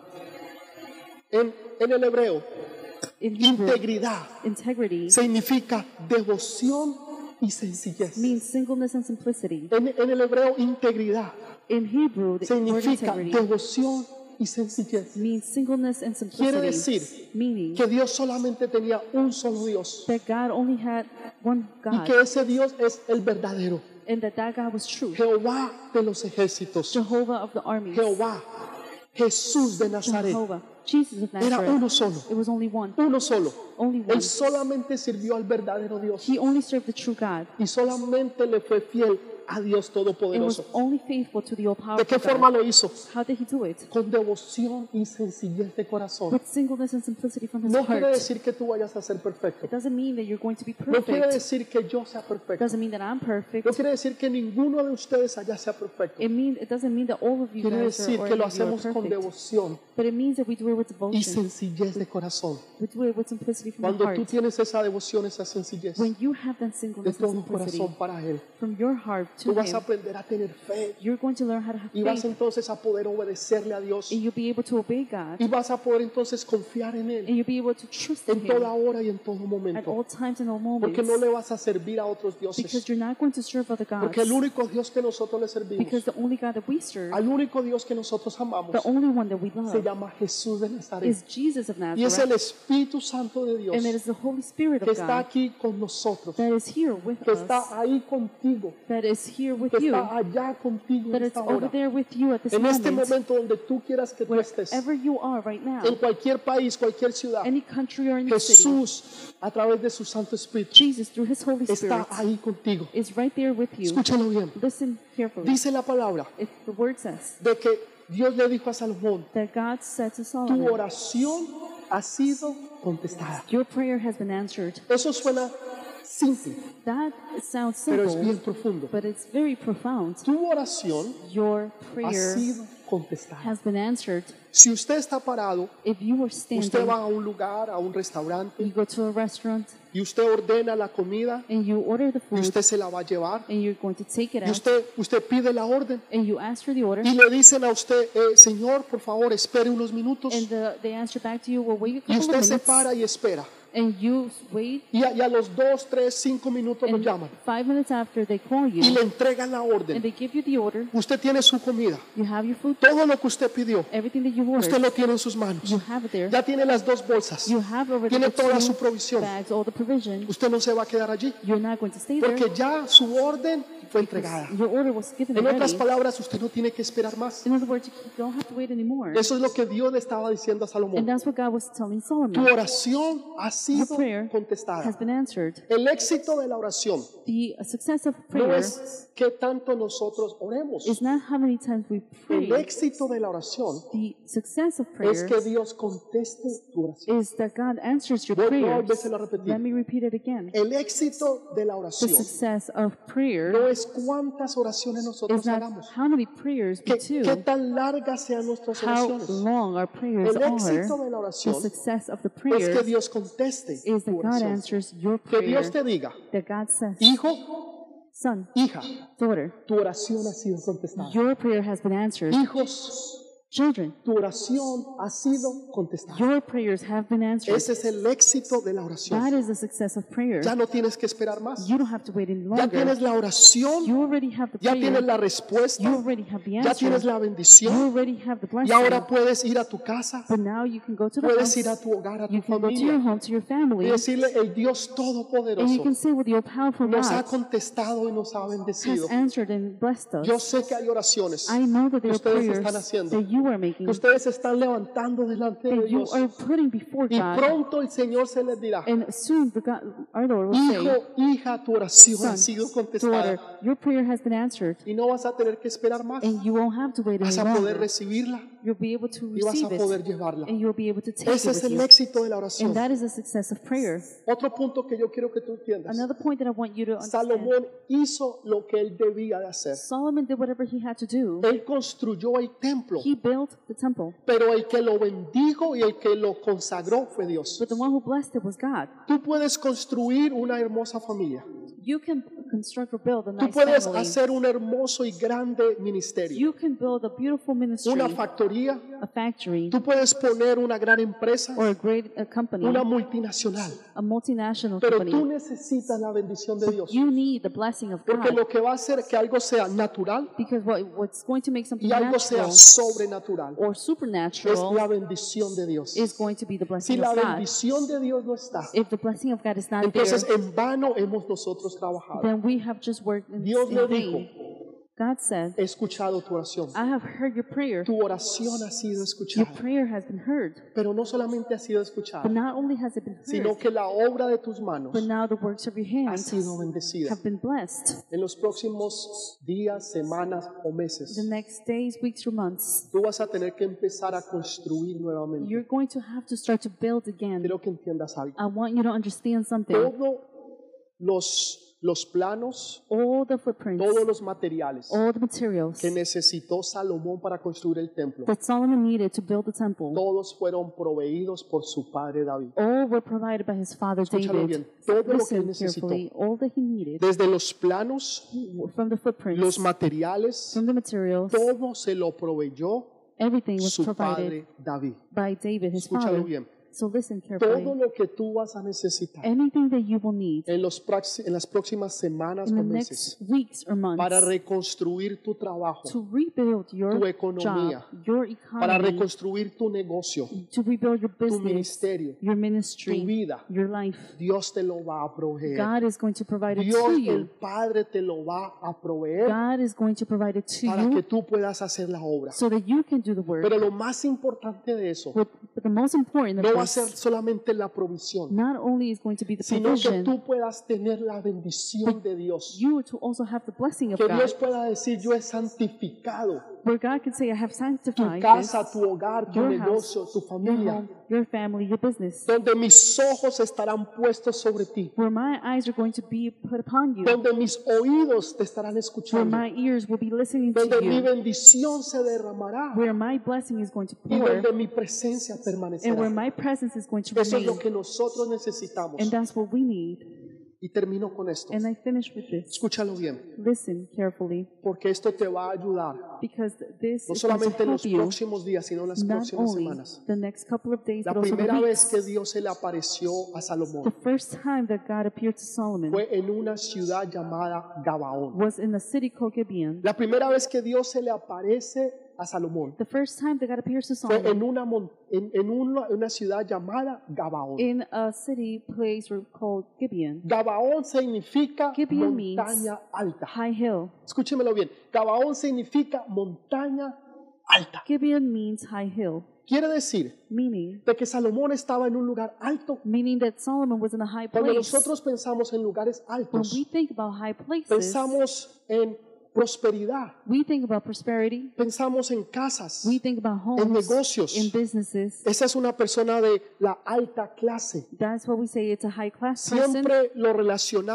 Speaker 1: en, en el hebreo,
Speaker 2: in Hebrew,
Speaker 1: integridad
Speaker 2: integrity
Speaker 1: significa devoción y sencillez.
Speaker 2: means singleness and simplicity.
Speaker 1: En, en el hebreo, integridad
Speaker 2: In Hebrew, the word
Speaker 1: significa
Speaker 2: integrity
Speaker 1: devoción y sencillez.
Speaker 2: means singleness and simplicity,
Speaker 1: decir
Speaker 2: meaning
Speaker 1: Que Dios solamente tenía un solo Dios
Speaker 2: that God only had one
Speaker 1: y
Speaker 2: God,
Speaker 1: que ese Dios es el verdadero.
Speaker 2: and that that God was true.
Speaker 1: Jehová de los ejércitos,
Speaker 2: Jehovah of the armies,
Speaker 1: Jehová, Jesús de Nazaret,
Speaker 2: Jehovah, Jesus of
Speaker 1: era uno
Speaker 2: Nazareth.
Speaker 1: solo,
Speaker 2: It was only one,
Speaker 1: uno solo.
Speaker 2: only one.
Speaker 1: Él solamente sirvió al verdadero Dios
Speaker 2: He only served the true God.
Speaker 1: y solamente le fue fiel a Dios
Speaker 2: and was
Speaker 1: Todopoderoso.
Speaker 2: only faithful to the
Speaker 1: ¿De
Speaker 2: all-powerful
Speaker 1: qué forma
Speaker 2: God.
Speaker 1: lo hizo?
Speaker 2: How did he do it?
Speaker 1: Con devoción y sencillez de corazón.
Speaker 2: With singleness and simplicity from his
Speaker 1: No quiere
Speaker 2: heart.
Speaker 1: decir que tú vayas a ser perfecto.
Speaker 2: It doesn't mean that you're going to be
Speaker 1: No quiere
Speaker 2: perfect.
Speaker 1: decir que yo sea
Speaker 2: It
Speaker 1: perfecto.
Speaker 2: doesn't mean that I'm perfect.
Speaker 1: No quiere decir que ninguno de ustedes allá sea perfecto.
Speaker 2: It mean it doesn't mean that all of you
Speaker 1: Quiere
Speaker 2: guys
Speaker 1: decir
Speaker 2: are, or
Speaker 1: que lo
Speaker 2: any of you are
Speaker 1: hacemos con
Speaker 2: perfect.
Speaker 1: devoción
Speaker 2: But it means that we do it with
Speaker 1: y
Speaker 2: devotion.
Speaker 1: sencillez de corazón.
Speaker 2: We do it with simplicity from the
Speaker 1: Cuando tú
Speaker 2: heart.
Speaker 1: tienes esa devoción, esa sencillez
Speaker 2: When you have that
Speaker 1: de
Speaker 2: singleness and
Speaker 1: todo
Speaker 2: simplicity
Speaker 1: corazón para Él,
Speaker 2: from your heart
Speaker 1: tú
Speaker 2: to
Speaker 1: vas a
Speaker 2: him,
Speaker 1: aprender a tener fe
Speaker 2: you're going to learn how to have
Speaker 1: y vas
Speaker 2: faith,
Speaker 1: entonces a poder obedecerle a Dios
Speaker 2: and you'll be able to obey God,
Speaker 1: y vas a poder entonces confiar en Él
Speaker 2: and you'll be able to trust in
Speaker 1: en toda
Speaker 2: Him
Speaker 1: hora y en todo
Speaker 2: at
Speaker 1: momento.
Speaker 2: all times and all
Speaker 1: Porque no
Speaker 2: moments.
Speaker 1: le vas a servir a otros dioses.
Speaker 2: Because you're not going to serve other gods.
Speaker 1: Porque el único Dios que nosotros le servimos,
Speaker 2: Because the only God that we serve,
Speaker 1: al único Dios que nosotros amamos,
Speaker 2: the only one that we
Speaker 1: se
Speaker 2: love,
Speaker 1: llama Jesús de Nazaret.
Speaker 2: is Jesus of
Speaker 1: Y es el
Speaker 2: Nazareth.
Speaker 1: Espíritu Santo de Dios
Speaker 2: And it is the Holy Spirit
Speaker 1: que
Speaker 2: of
Speaker 1: está
Speaker 2: God
Speaker 1: aquí con nosotros,
Speaker 2: that is here with
Speaker 1: que está
Speaker 2: us,
Speaker 1: ahí contigo,
Speaker 2: that is here with
Speaker 1: que
Speaker 2: you,
Speaker 1: está allá contigo en
Speaker 2: that it's
Speaker 1: esta
Speaker 2: over
Speaker 1: hora.
Speaker 2: there with you at this
Speaker 1: En este
Speaker 2: moment,
Speaker 1: momento donde tú quieras que tú estés,
Speaker 2: wherever you are right now,
Speaker 1: en cualquier país, cualquier ciudad,
Speaker 2: any country or any city.
Speaker 1: Jesús, a través de su Santo Espíritu,
Speaker 2: Jesus, through His Holy Spirit,
Speaker 1: está ahí contigo.
Speaker 2: is right there with you.
Speaker 1: Escúchalo bien.
Speaker 2: Listen carefully.
Speaker 1: Dice la palabra
Speaker 2: If the word says
Speaker 1: de que Dios le dijo a Salomón,
Speaker 2: that God said to
Speaker 1: tu
Speaker 2: Solomon,
Speaker 1: oración ha sido contestada.
Speaker 2: Your prayer has been answered.
Speaker 1: Eso suena simple,
Speaker 2: That sounds
Speaker 1: pero es bien
Speaker 2: simple,
Speaker 1: profundo.
Speaker 2: but it's very profound.
Speaker 1: Tu oración
Speaker 2: Your
Speaker 1: ha
Speaker 2: prayer
Speaker 1: sido contestada.
Speaker 2: has been answered.
Speaker 1: Si usted está parado,
Speaker 2: If you are
Speaker 1: usted
Speaker 2: standing,
Speaker 1: va a un lugar, a un
Speaker 2: you
Speaker 1: restaurante,
Speaker 2: go to a restaurant
Speaker 1: y usted ordena la comida,
Speaker 2: and you order the
Speaker 1: y
Speaker 2: food
Speaker 1: usted se la va a llevar,
Speaker 2: and you're going to take it
Speaker 1: y
Speaker 2: out
Speaker 1: usted, usted pide la orden,
Speaker 2: and you ask for the order
Speaker 1: y le dicen a usted, eh, señor, por favor, espere unos minutos,
Speaker 2: and the, they answer back to you, well, wait a
Speaker 1: y
Speaker 2: couple
Speaker 1: usted
Speaker 2: of
Speaker 1: se
Speaker 2: minutes
Speaker 1: para y espera.
Speaker 2: and you wait
Speaker 1: Y a, y a los dos, tres, cinco minutos lo
Speaker 2: and
Speaker 1: llaman,
Speaker 2: five minutes after they call
Speaker 1: y
Speaker 2: you
Speaker 1: le entregan la
Speaker 2: and
Speaker 1: orden.
Speaker 2: they give you the order.
Speaker 1: Usted tiene su comida,
Speaker 2: You have your food,
Speaker 1: todo lo que usted pidió,
Speaker 2: everything that you
Speaker 1: usted
Speaker 2: ordered,
Speaker 1: lo tiene en sus manos.
Speaker 2: you have it there.
Speaker 1: Ya tiene las dos bolsas,
Speaker 2: You have already
Speaker 1: tiene
Speaker 2: the
Speaker 1: toda su
Speaker 2: two
Speaker 1: provisión.
Speaker 2: bags, all the provision.
Speaker 1: Usted no se va a quedar allí.
Speaker 2: You're not going to stay there.
Speaker 1: Porque ya su orden fue entregada.
Speaker 2: because Your order was given
Speaker 1: En otras
Speaker 2: already.
Speaker 1: palabras, usted no tiene que esperar más.
Speaker 2: In other words, you don't have to wait anymore.
Speaker 1: Eso es lo que Dios le estaba diciendo a
Speaker 2: And
Speaker 1: Salomón.
Speaker 2: that's what God was telling
Speaker 1: Tu
Speaker 2: Solomon.
Speaker 1: oración ha sido
Speaker 2: prayer has
Speaker 1: contestada.
Speaker 2: been answered.
Speaker 1: El éxito de la oración
Speaker 2: The success of
Speaker 1: no
Speaker 2: prayer
Speaker 1: es qué tanto nosotros oremos.
Speaker 2: is not how many times we pray.
Speaker 1: El éxito de la oración
Speaker 2: The success of
Speaker 1: es
Speaker 2: prayer
Speaker 1: que Dios conteste tu oración.
Speaker 2: is that God answers your
Speaker 1: Vuelvo a
Speaker 2: prayers.
Speaker 1: volvérselo a repetir.
Speaker 2: Let me repeat it again.
Speaker 1: El éxito de la
Speaker 2: The
Speaker 1: oración
Speaker 2: success of prayer
Speaker 1: no es cuántas oraciones
Speaker 2: is
Speaker 1: nosotros
Speaker 2: not
Speaker 1: hagamos,
Speaker 2: how many prayers we
Speaker 1: que- qué
Speaker 2: do,
Speaker 1: tan largas sean nuestras
Speaker 2: how
Speaker 1: oraciones.
Speaker 2: long our prayers
Speaker 1: El éxito
Speaker 2: are.
Speaker 1: de la
Speaker 2: The
Speaker 1: oración
Speaker 2: success of the
Speaker 1: es que
Speaker 2: prayers
Speaker 1: Dios conteste
Speaker 2: is
Speaker 1: tu
Speaker 2: that God
Speaker 1: oración.
Speaker 2: answers your
Speaker 1: Que
Speaker 2: prayer.
Speaker 1: Dios te diga,
Speaker 2: That God says,
Speaker 1: hijo,
Speaker 2: son,
Speaker 1: hija,
Speaker 2: daughter,
Speaker 1: tu oración ha sido contestada.
Speaker 2: your prayer has been
Speaker 1: Mm.
Speaker 2: answered.
Speaker 1: Hijos,
Speaker 2: Children,
Speaker 1: tu oración ha sido contestada.
Speaker 2: your prayers have been answered.
Speaker 1: Ese es el éxito de la
Speaker 2: That
Speaker 1: oración.
Speaker 2: is the success of prayer.
Speaker 1: Ya no tienes que esperar más.
Speaker 2: You don't have to wait any
Speaker 1: Ya
Speaker 2: longer.
Speaker 1: tienes la oración,
Speaker 2: You already have the
Speaker 1: ya
Speaker 2: prayer.
Speaker 1: tienes la
Speaker 2: You
Speaker 1: respuesta,
Speaker 2: already have the
Speaker 1: ya tienes
Speaker 2: answer.
Speaker 1: la
Speaker 2: You
Speaker 1: bendición.
Speaker 2: already have the
Speaker 1: Y
Speaker 2: blessing.
Speaker 1: ahora puedes ir a tu casa,
Speaker 2: But now you can go to the
Speaker 1: puedes
Speaker 2: house.
Speaker 1: ir a tu hogar, a tu
Speaker 2: you can go to your
Speaker 1: familia
Speaker 2: home, to your
Speaker 1: y
Speaker 2: family,
Speaker 1: decirle, el Dios
Speaker 2: and you
Speaker 1: Todopoderoso
Speaker 2: can say with your powerful
Speaker 1: nos ha
Speaker 2: God
Speaker 1: contestado y nos ha
Speaker 2: has
Speaker 1: bendecido.
Speaker 2: answered and blessed us.
Speaker 1: Yo sé que hay oraciones
Speaker 2: I know that there
Speaker 1: que
Speaker 2: are
Speaker 1: ustedes
Speaker 2: prayers
Speaker 1: están haciendo,
Speaker 2: that you are making,
Speaker 1: que ustedes están levantando delante de
Speaker 2: that you
Speaker 1: Dios
Speaker 2: are putting before
Speaker 1: y
Speaker 2: God,
Speaker 1: pronto el Señor se les dirá,
Speaker 2: and soon the God, our Lord will say,
Speaker 1: hijo, hija, tu oración ha
Speaker 2: son,
Speaker 1: sido
Speaker 2: daughter,
Speaker 1: contestada
Speaker 2: your prayer has been answered,
Speaker 1: y no vas a tener que esperar más,
Speaker 2: and you won't have to wait any
Speaker 1: vas a poder
Speaker 2: longer.
Speaker 1: recibirla
Speaker 2: You'll be able to
Speaker 1: y vas a
Speaker 2: receive
Speaker 1: poder
Speaker 2: it,
Speaker 1: llevarla.
Speaker 2: and you'll be able to take it
Speaker 1: Ese es
Speaker 2: with
Speaker 1: el
Speaker 2: you.
Speaker 1: éxito de la oración.
Speaker 2: And that is the success of prayer.
Speaker 1: Otro punto que yo quiero que tú entiendas.
Speaker 2: Another point that I want you to understand, Mm-hmm.
Speaker 1: Salomón hizo lo que él debía de hacer.
Speaker 2: Solomon did whatever he had to do.
Speaker 1: Él construyó el templo,
Speaker 2: He built the temple,
Speaker 1: pero el que lo bendijo y el que lo consagró fue Dios.
Speaker 2: but the one who blessed it was God.
Speaker 1: Tú puedes construir una hermosa familia.
Speaker 2: You can construct or build a
Speaker 1: Tú
Speaker 2: nice
Speaker 1: puedes
Speaker 2: family.
Speaker 1: hacer un hermoso y grande ministerio,
Speaker 2: You can build a beautiful ministry,
Speaker 1: una factoría.
Speaker 2: a factory,
Speaker 1: Tú puedes poner una gran empresa,
Speaker 2: or a great a company,
Speaker 1: una multinacional.
Speaker 2: a multinational
Speaker 1: Pero tú
Speaker 2: company.
Speaker 1: necesitas la bendición de Dios.
Speaker 2: You need the blessing of
Speaker 1: Porque
Speaker 2: God
Speaker 1: lo que va a hacer que algo sea natural
Speaker 2: because what, what's going to make something
Speaker 1: y algo sea
Speaker 2: natural
Speaker 1: sobrenatural
Speaker 2: or
Speaker 1: es
Speaker 2: supernatural
Speaker 1: la bendición de Dios.
Speaker 2: is going to be the
Speaker 1: Si
Speaker 2: blessing
Speaker 1: la
Speaker 2: of God.
Speaker 1: bendición de Dios no está,
Speaker 2: If the blessing of God is not there,
Speaker 1: entonces en vano hemos nosotros trabajado.
Speaker 2: then we have just worked in,
Speaker 1: Dios
Speaker 2: in
Speaker 1: le
Speaker 2: vain.
Speaker 1: dijo,
Speaker 2: God said,
Speaker 1: he escuchado tu oración.
Speaker 2: I have heard your prayer.
Speaker 1: Tu oración ha sido
Speaker 2: Your
Speaker 1: escuchada.
Speaker 2: prayer has been heard.
Speaker 1: Pero no solamente ha sido
Speaker 2: But
Speaker 1: escuchada,
Speaker 2: not only has it been
Speaker 1: sino
Speaker 2: heard,
Speaker 1: que la obra de tus manos
Speaker 2: but now the works of your
Speaker 1: ha
Speaker 2: hands
Speaker 1: sido bendecida.
Speaker 2: have been blessed.
Speaker 1: En los próximos días, semanas o
Speaker 2: The
Speaker 1: meses,
Speaker 2: next days, weeks, or months,
Speaker 1: tú vas a tener que empezar a construir nuevamente.
Speaker 2: you're going to have to start to build again.
Speaker 1: Quiero que entiendas algo.
Speaker 2: I want you to understand something.
Speaker 1: Todos los, los planos,
Speaker 2: All the footprints,
Speaker 1: todos los materiales
Speaker 2: all the materials
Speaker 1: que necesitó Salomón para construir el templo,
Speaker 2: that Solomon needed to build the temple,
Speaker 1: todos fueron proveídos por su padre David.
Speaker 2: all were provided by his father
Speaker 1: Escúchalo bien.
Speaker 2: David.
Speaker 1: Todo lo que él
Speaker 2: Listen
Speaker 1: necesitó.
Speaker 2: carefully. All that he needed
Speaker 1: Desde los planos,
Speaker 2: from the
Speaker 1: los
Speaker 2: footprints,
Speaker 1: materiales,
Speaker 2: from the materials,
Speaker 1: todo se lo proveyó
Speaker 2: everything was
Speaker 1: su
Speaker 2: provided
Speaker 1: padre David.
Speaker 2: by David, his
Speaker 1: Escúchalo
Speaker 2: father.
Speaker 1: bien.
Speaker 2: So listen
Speaker 1: Todo
Speaker 2: carefully.
Speaker 1: lo que tú vas a necesitar
Speaker 2: Anything that you will need
Speaker 1: en, los praxi- en las próximas semanas
Speaker 2: in
Speaker 1: o
Speaker 2: the
Speaker 1: meses
Speaker 2: next weeks or
Speaker 1: para
Speaker 2: months
Speaker 1: reconstruir tu trabajo,
Speaker 2: to rebuild your
Speaker 1: tu economía,
Speaker 2: job, your
Speaker 1: para
Speaker 2: economy,
Speaker 1: reconstruir tu negocio,
Speaker 2: to rebuild your
Speaker 1: tu
Speaker 2: business,
Speaker 1: ministerio,
Speaker 2: your
Speaker 1: tu
Speaker 2: ministry,
Speaker 1: vida.
Speaker 2: your life.
Speaker 1: Dios te lo va a proveer.
Speaker 2: God is going to provide it
Speaker 1: Dios
Speaker 2: to
Speaker 1: el
Speaker 2: you.
Speaker 1: Padre te lo va a proveer
Speaker 2: God is going to provide it to
Speaker 1: para que
Speaker 2: you
Speaker 1: tú puedas hacer la obra.
Speaker 2: so that you can do the work.
Speaker 1: Pero lo más importante de eso
Speaker 2: But, but the most important of
Speaker 1: no va a
Speaker 2: this,
Speaker 1: ser solamente la provisión,
Speaker 2: not only is going to be the
Speaker 1: sino que
Speaker 2: provision,
Speaker 1: tú puedas tener la bendición de Dios.
Speaker 2: you to also have the blessing of
Speaker 1: Que
Speaker 2: God,
Speaker 1: Dios pueda decir, yo he santificado
Speaker 2: where God can say, I have
Speaker 1: tu
Speaker 2: sanctified this,
Speaker 1: casa, tu hogar, tu
Speaker 2: your
Speaker 1: negocio, tu
Speaker 2: your
Speaker 1: familia,
Speaker 2: home, your family, your business,
Speaker 1: donde mis ojos estarán puestos sobre ti,
Speaker 2: where my eyes are going to be put upon you.
Speaker 1: donde mis oídos te estarán
Speaker 2: where
Speaker 1: escuchando,
Speaker 2: my ears will be listening to
Speaker 1: donde mi
Speaker 2: you,
Speaker 1: bendición se derramará
Speaker 2: where my blessing is going to
Speaker 1: y
Speaker 2: pour,
Speaker 1: donde mi presencia
Speaker 2: and where
Speaker 1: permanecerá.
Speaker 2: my presence is going to
Speaker 1: Eso es lo
Speaker 2: remain.
Speaker 1: que nosotros necesitamos.
Speaker 2: And that's what we need.
Speaker 1: Y termino con esto.
Speaker 2: And I finish with this.
Speaker 1: Escúchalo bien,
Speaker 2: Listen carefully,
Speaker 1: porque esto te va a ayudar
Speaker 2: because this
Speaker 1: no
Speaker 2: is going to
Speaker 1: solamente en los
Speaker 2: help you
Speaker 1: próximos días, sino en las
Speaker 2: not
Speaker 1: próximas
Speaker 2: only
Speaker 1: semanas.
Speaker 2: the next couple of days,
Speaker 1: La
Speaker 2: but also the
Speaker 1: primera vez
Speaker 2: weeks.
Speaker 1: que Dios se le apareció a
Speaker 2: The
Speaker 1: Salomón
Speaker 2: first time that God appeared to Solomon
Speaker 1: fue en una ciudad llamada Gabaón.
Speaker 2: was in a city called Gibeon.
Speaker 1: La primera vez que Dios se le aparece a Salomón
Speaker 2: The first time that God appears to
Speaker 1: fue
Speaker 2: Solomon
Speaker 1: en una, mon- en, en una, una ciudad llamada Gabaón.
Speaker 2: in a city place called Gibeon,
Speaker 1: Gabaón significa
Speaker 2: Gibeon means-
Speaker 1: montaña alta.
Speaker 2: high hill.
Speaker 1: Escúchemelo bien. Gabaón significa montaña alta.
Speaker 2: Gibeon means high hill.
Speaker 1: Quiere decir
Speaker 2: meaning
Speaker 1: de que Salomón estaba en un lugar alto.
Speaker 2: meaning that Solomon was in a high
Speaker 1: Cuando
Speaker 2: place.
Speaker 1: nosotros pensamos en lugares
Speaker 2: when
Speaker 1: altos,
Speaker 2: we think about high places,
Speaker 1: pensamos en prosperidad,
Speaker 2: we think about prosperity,
Speaker 1: pensamos en casas.
Speaker 2: we think about homes,
Speaker 1: negocios.
Speaker 2: in businesses.
Speaker 1: Esa es una persona de la alta clase.
Speaker 2: That's what we say it's a high class person.
Speaker 1: Siempre lo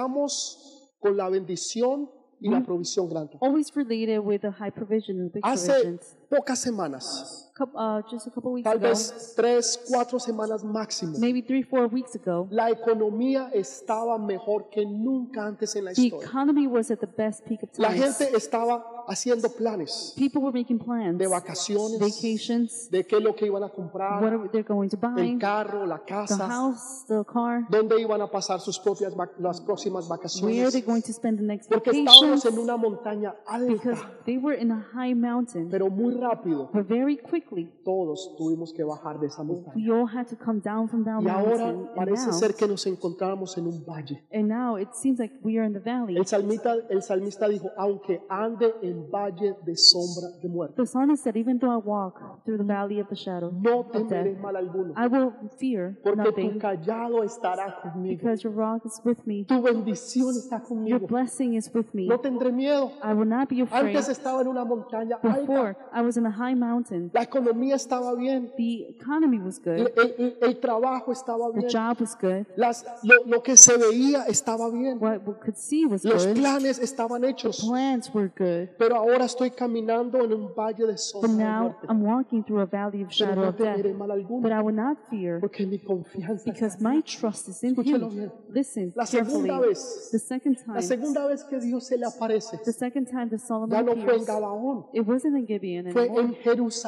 Speaker 1: relacionamos con la bendición y la provisión grande.
Speaker 2: Always related with a high provision and big
Speaker 1: Hace
Speaker 2: provisions.
Speaker 1: pocas semanas,
Speaker 2: Coup- uh, just a couple weeks
Speaker 1: tal
Speaker 2: ago,
Speaker 1: vez tres, cuatro semanas máximo,
Speaker 2: maybe three, four weeks ago,
Speaker 1: la economía estaba mejor que nunca antes en la
Speaker 2: the
Speaker 1: historia.
Speaker 2: economy was at the best peak of
Speaker 1: La
Speaker 2: times.
Speaker 1: gente estaba haciendo planes
Speaker 2: People were making plans,
Speaker 1: de vacaciones,
Speaker 2: vacations,
Speaker 1: de qué es lo que iban a
Speaker 2: what
Speaker 1: comprar,
Speaker 2: are, they're going to buy,
Speaker 1: el carro, la
Speaker 2: the
Speaker 1: casa,
Speaker 2: house, the car,
Speaker 1: dónde iban a pasar sus propias vac- las próximas
Speaker 2: where
Speaker 1: vacaciones.
Speaker 2: they're going to spend the next
Speaker 1: Porque estábamos en
Speaker 2: vacation.
Speaker 1: una montaña
Speaker 2: Because
Speaker 1: alta,
Speaker 2: they were in a high mountain,
Speaker 1: pero muy rápido
Speaker 2: but very quickly
Speaker 1: todos tuvimos que bajar de esa montaña.
Speaker 2: we all had to come down from down
Speaker 1: Y
Speaker 2: mountain.
Speaker 1: ahora
Speaker 2: And
Speaker 1: parece
Speaker 2: now,
Speaker 1: ser que nos encontramos en un valle.
Speaker 2: and now it seems like we are in the valley.
Speaker 1: El salmista, el salmista dijo, aunque ande en valle de sombra de muerte,
Speaker 2: The psalmist said, even though I walk through the valley of the shadow
Speaker 1: no
Speaker 2: of
Speaker 1: temeré
Speaker 2: death,
Speaker 1: mal alguno,
Speaker 2: I will fear
Speaker 1: porque tu
Speaker 2: nothing
Speaker 1: callado estará conmigo,
Speaker 2: ah, because your rock is with me.
Speaker 1: tu bendición está
Speaker 2: Your
Speaker 1: conmigo,
Speaker 2: blessing is with me.
Speaker 1: no tendré miedo.
Speaker 2: I will not be afraid.
Speaker 1: Antes estaba en una montaña alta,
Speaker 2: Before, I was in a high mountain.
Speaker 1: la economía estaba bien,
Speaker 2: The economy was
Speaker 1: el,
Speaker 2: good.
Speaker 1: el- el trabajo estaba
Speaker 2: The
Speaker 1: bien,
Speaker 2: job was good.
Speaker 1: las- lo- lo que se veía estaba bien.
Speaker 2: What we could see was
Speaker 1: Los
Speaker 2: good.
Speaker 1: planes estaban hechos,
Speaker 2: Plans were good.
Speaker 1: pero ahora estoy caminando en un valle de
Speaker 2: But
Speaker 1: sombra de
Speaker 2: now
Speaker 1: muerte.
Speaker 2: I'm walking through a valley of
Speaker 1: Pero
Speaker 2: shadow
Speaker 1: no
Speaker 2: of death.
Speaker 1: temeré mal
Speaker 2: But
Speaker 1: alguno,
Speaker 2: I will not fear
Speaker 1: porque mi confianza.
Speaker 2: because my trust is in
Speaker 1: Escúchelo
Speaker 2: Him.
Speaker 1: bien.
Speaker 2: Listen
Speaker 1: La
Speaker 2: carefully.
Speaker 1: segunda vez,
Speaker 2: The second
Speaker 1: la
Speaker 2: time,
Speaker 1: segunda vez que Dios se le aparece,
Speaker 2: the second time that
Speaker 1: ya
Speaker 2: Solomon
Speaker 1: no fue en
Speaker 2: appears,
Speaker 1: Gabaón,
Speaker 2: it wasn't in Gibeon
Speaker 1: fue
Speaker 2: anymore.
Speaker 1: en
Speaker 2: It was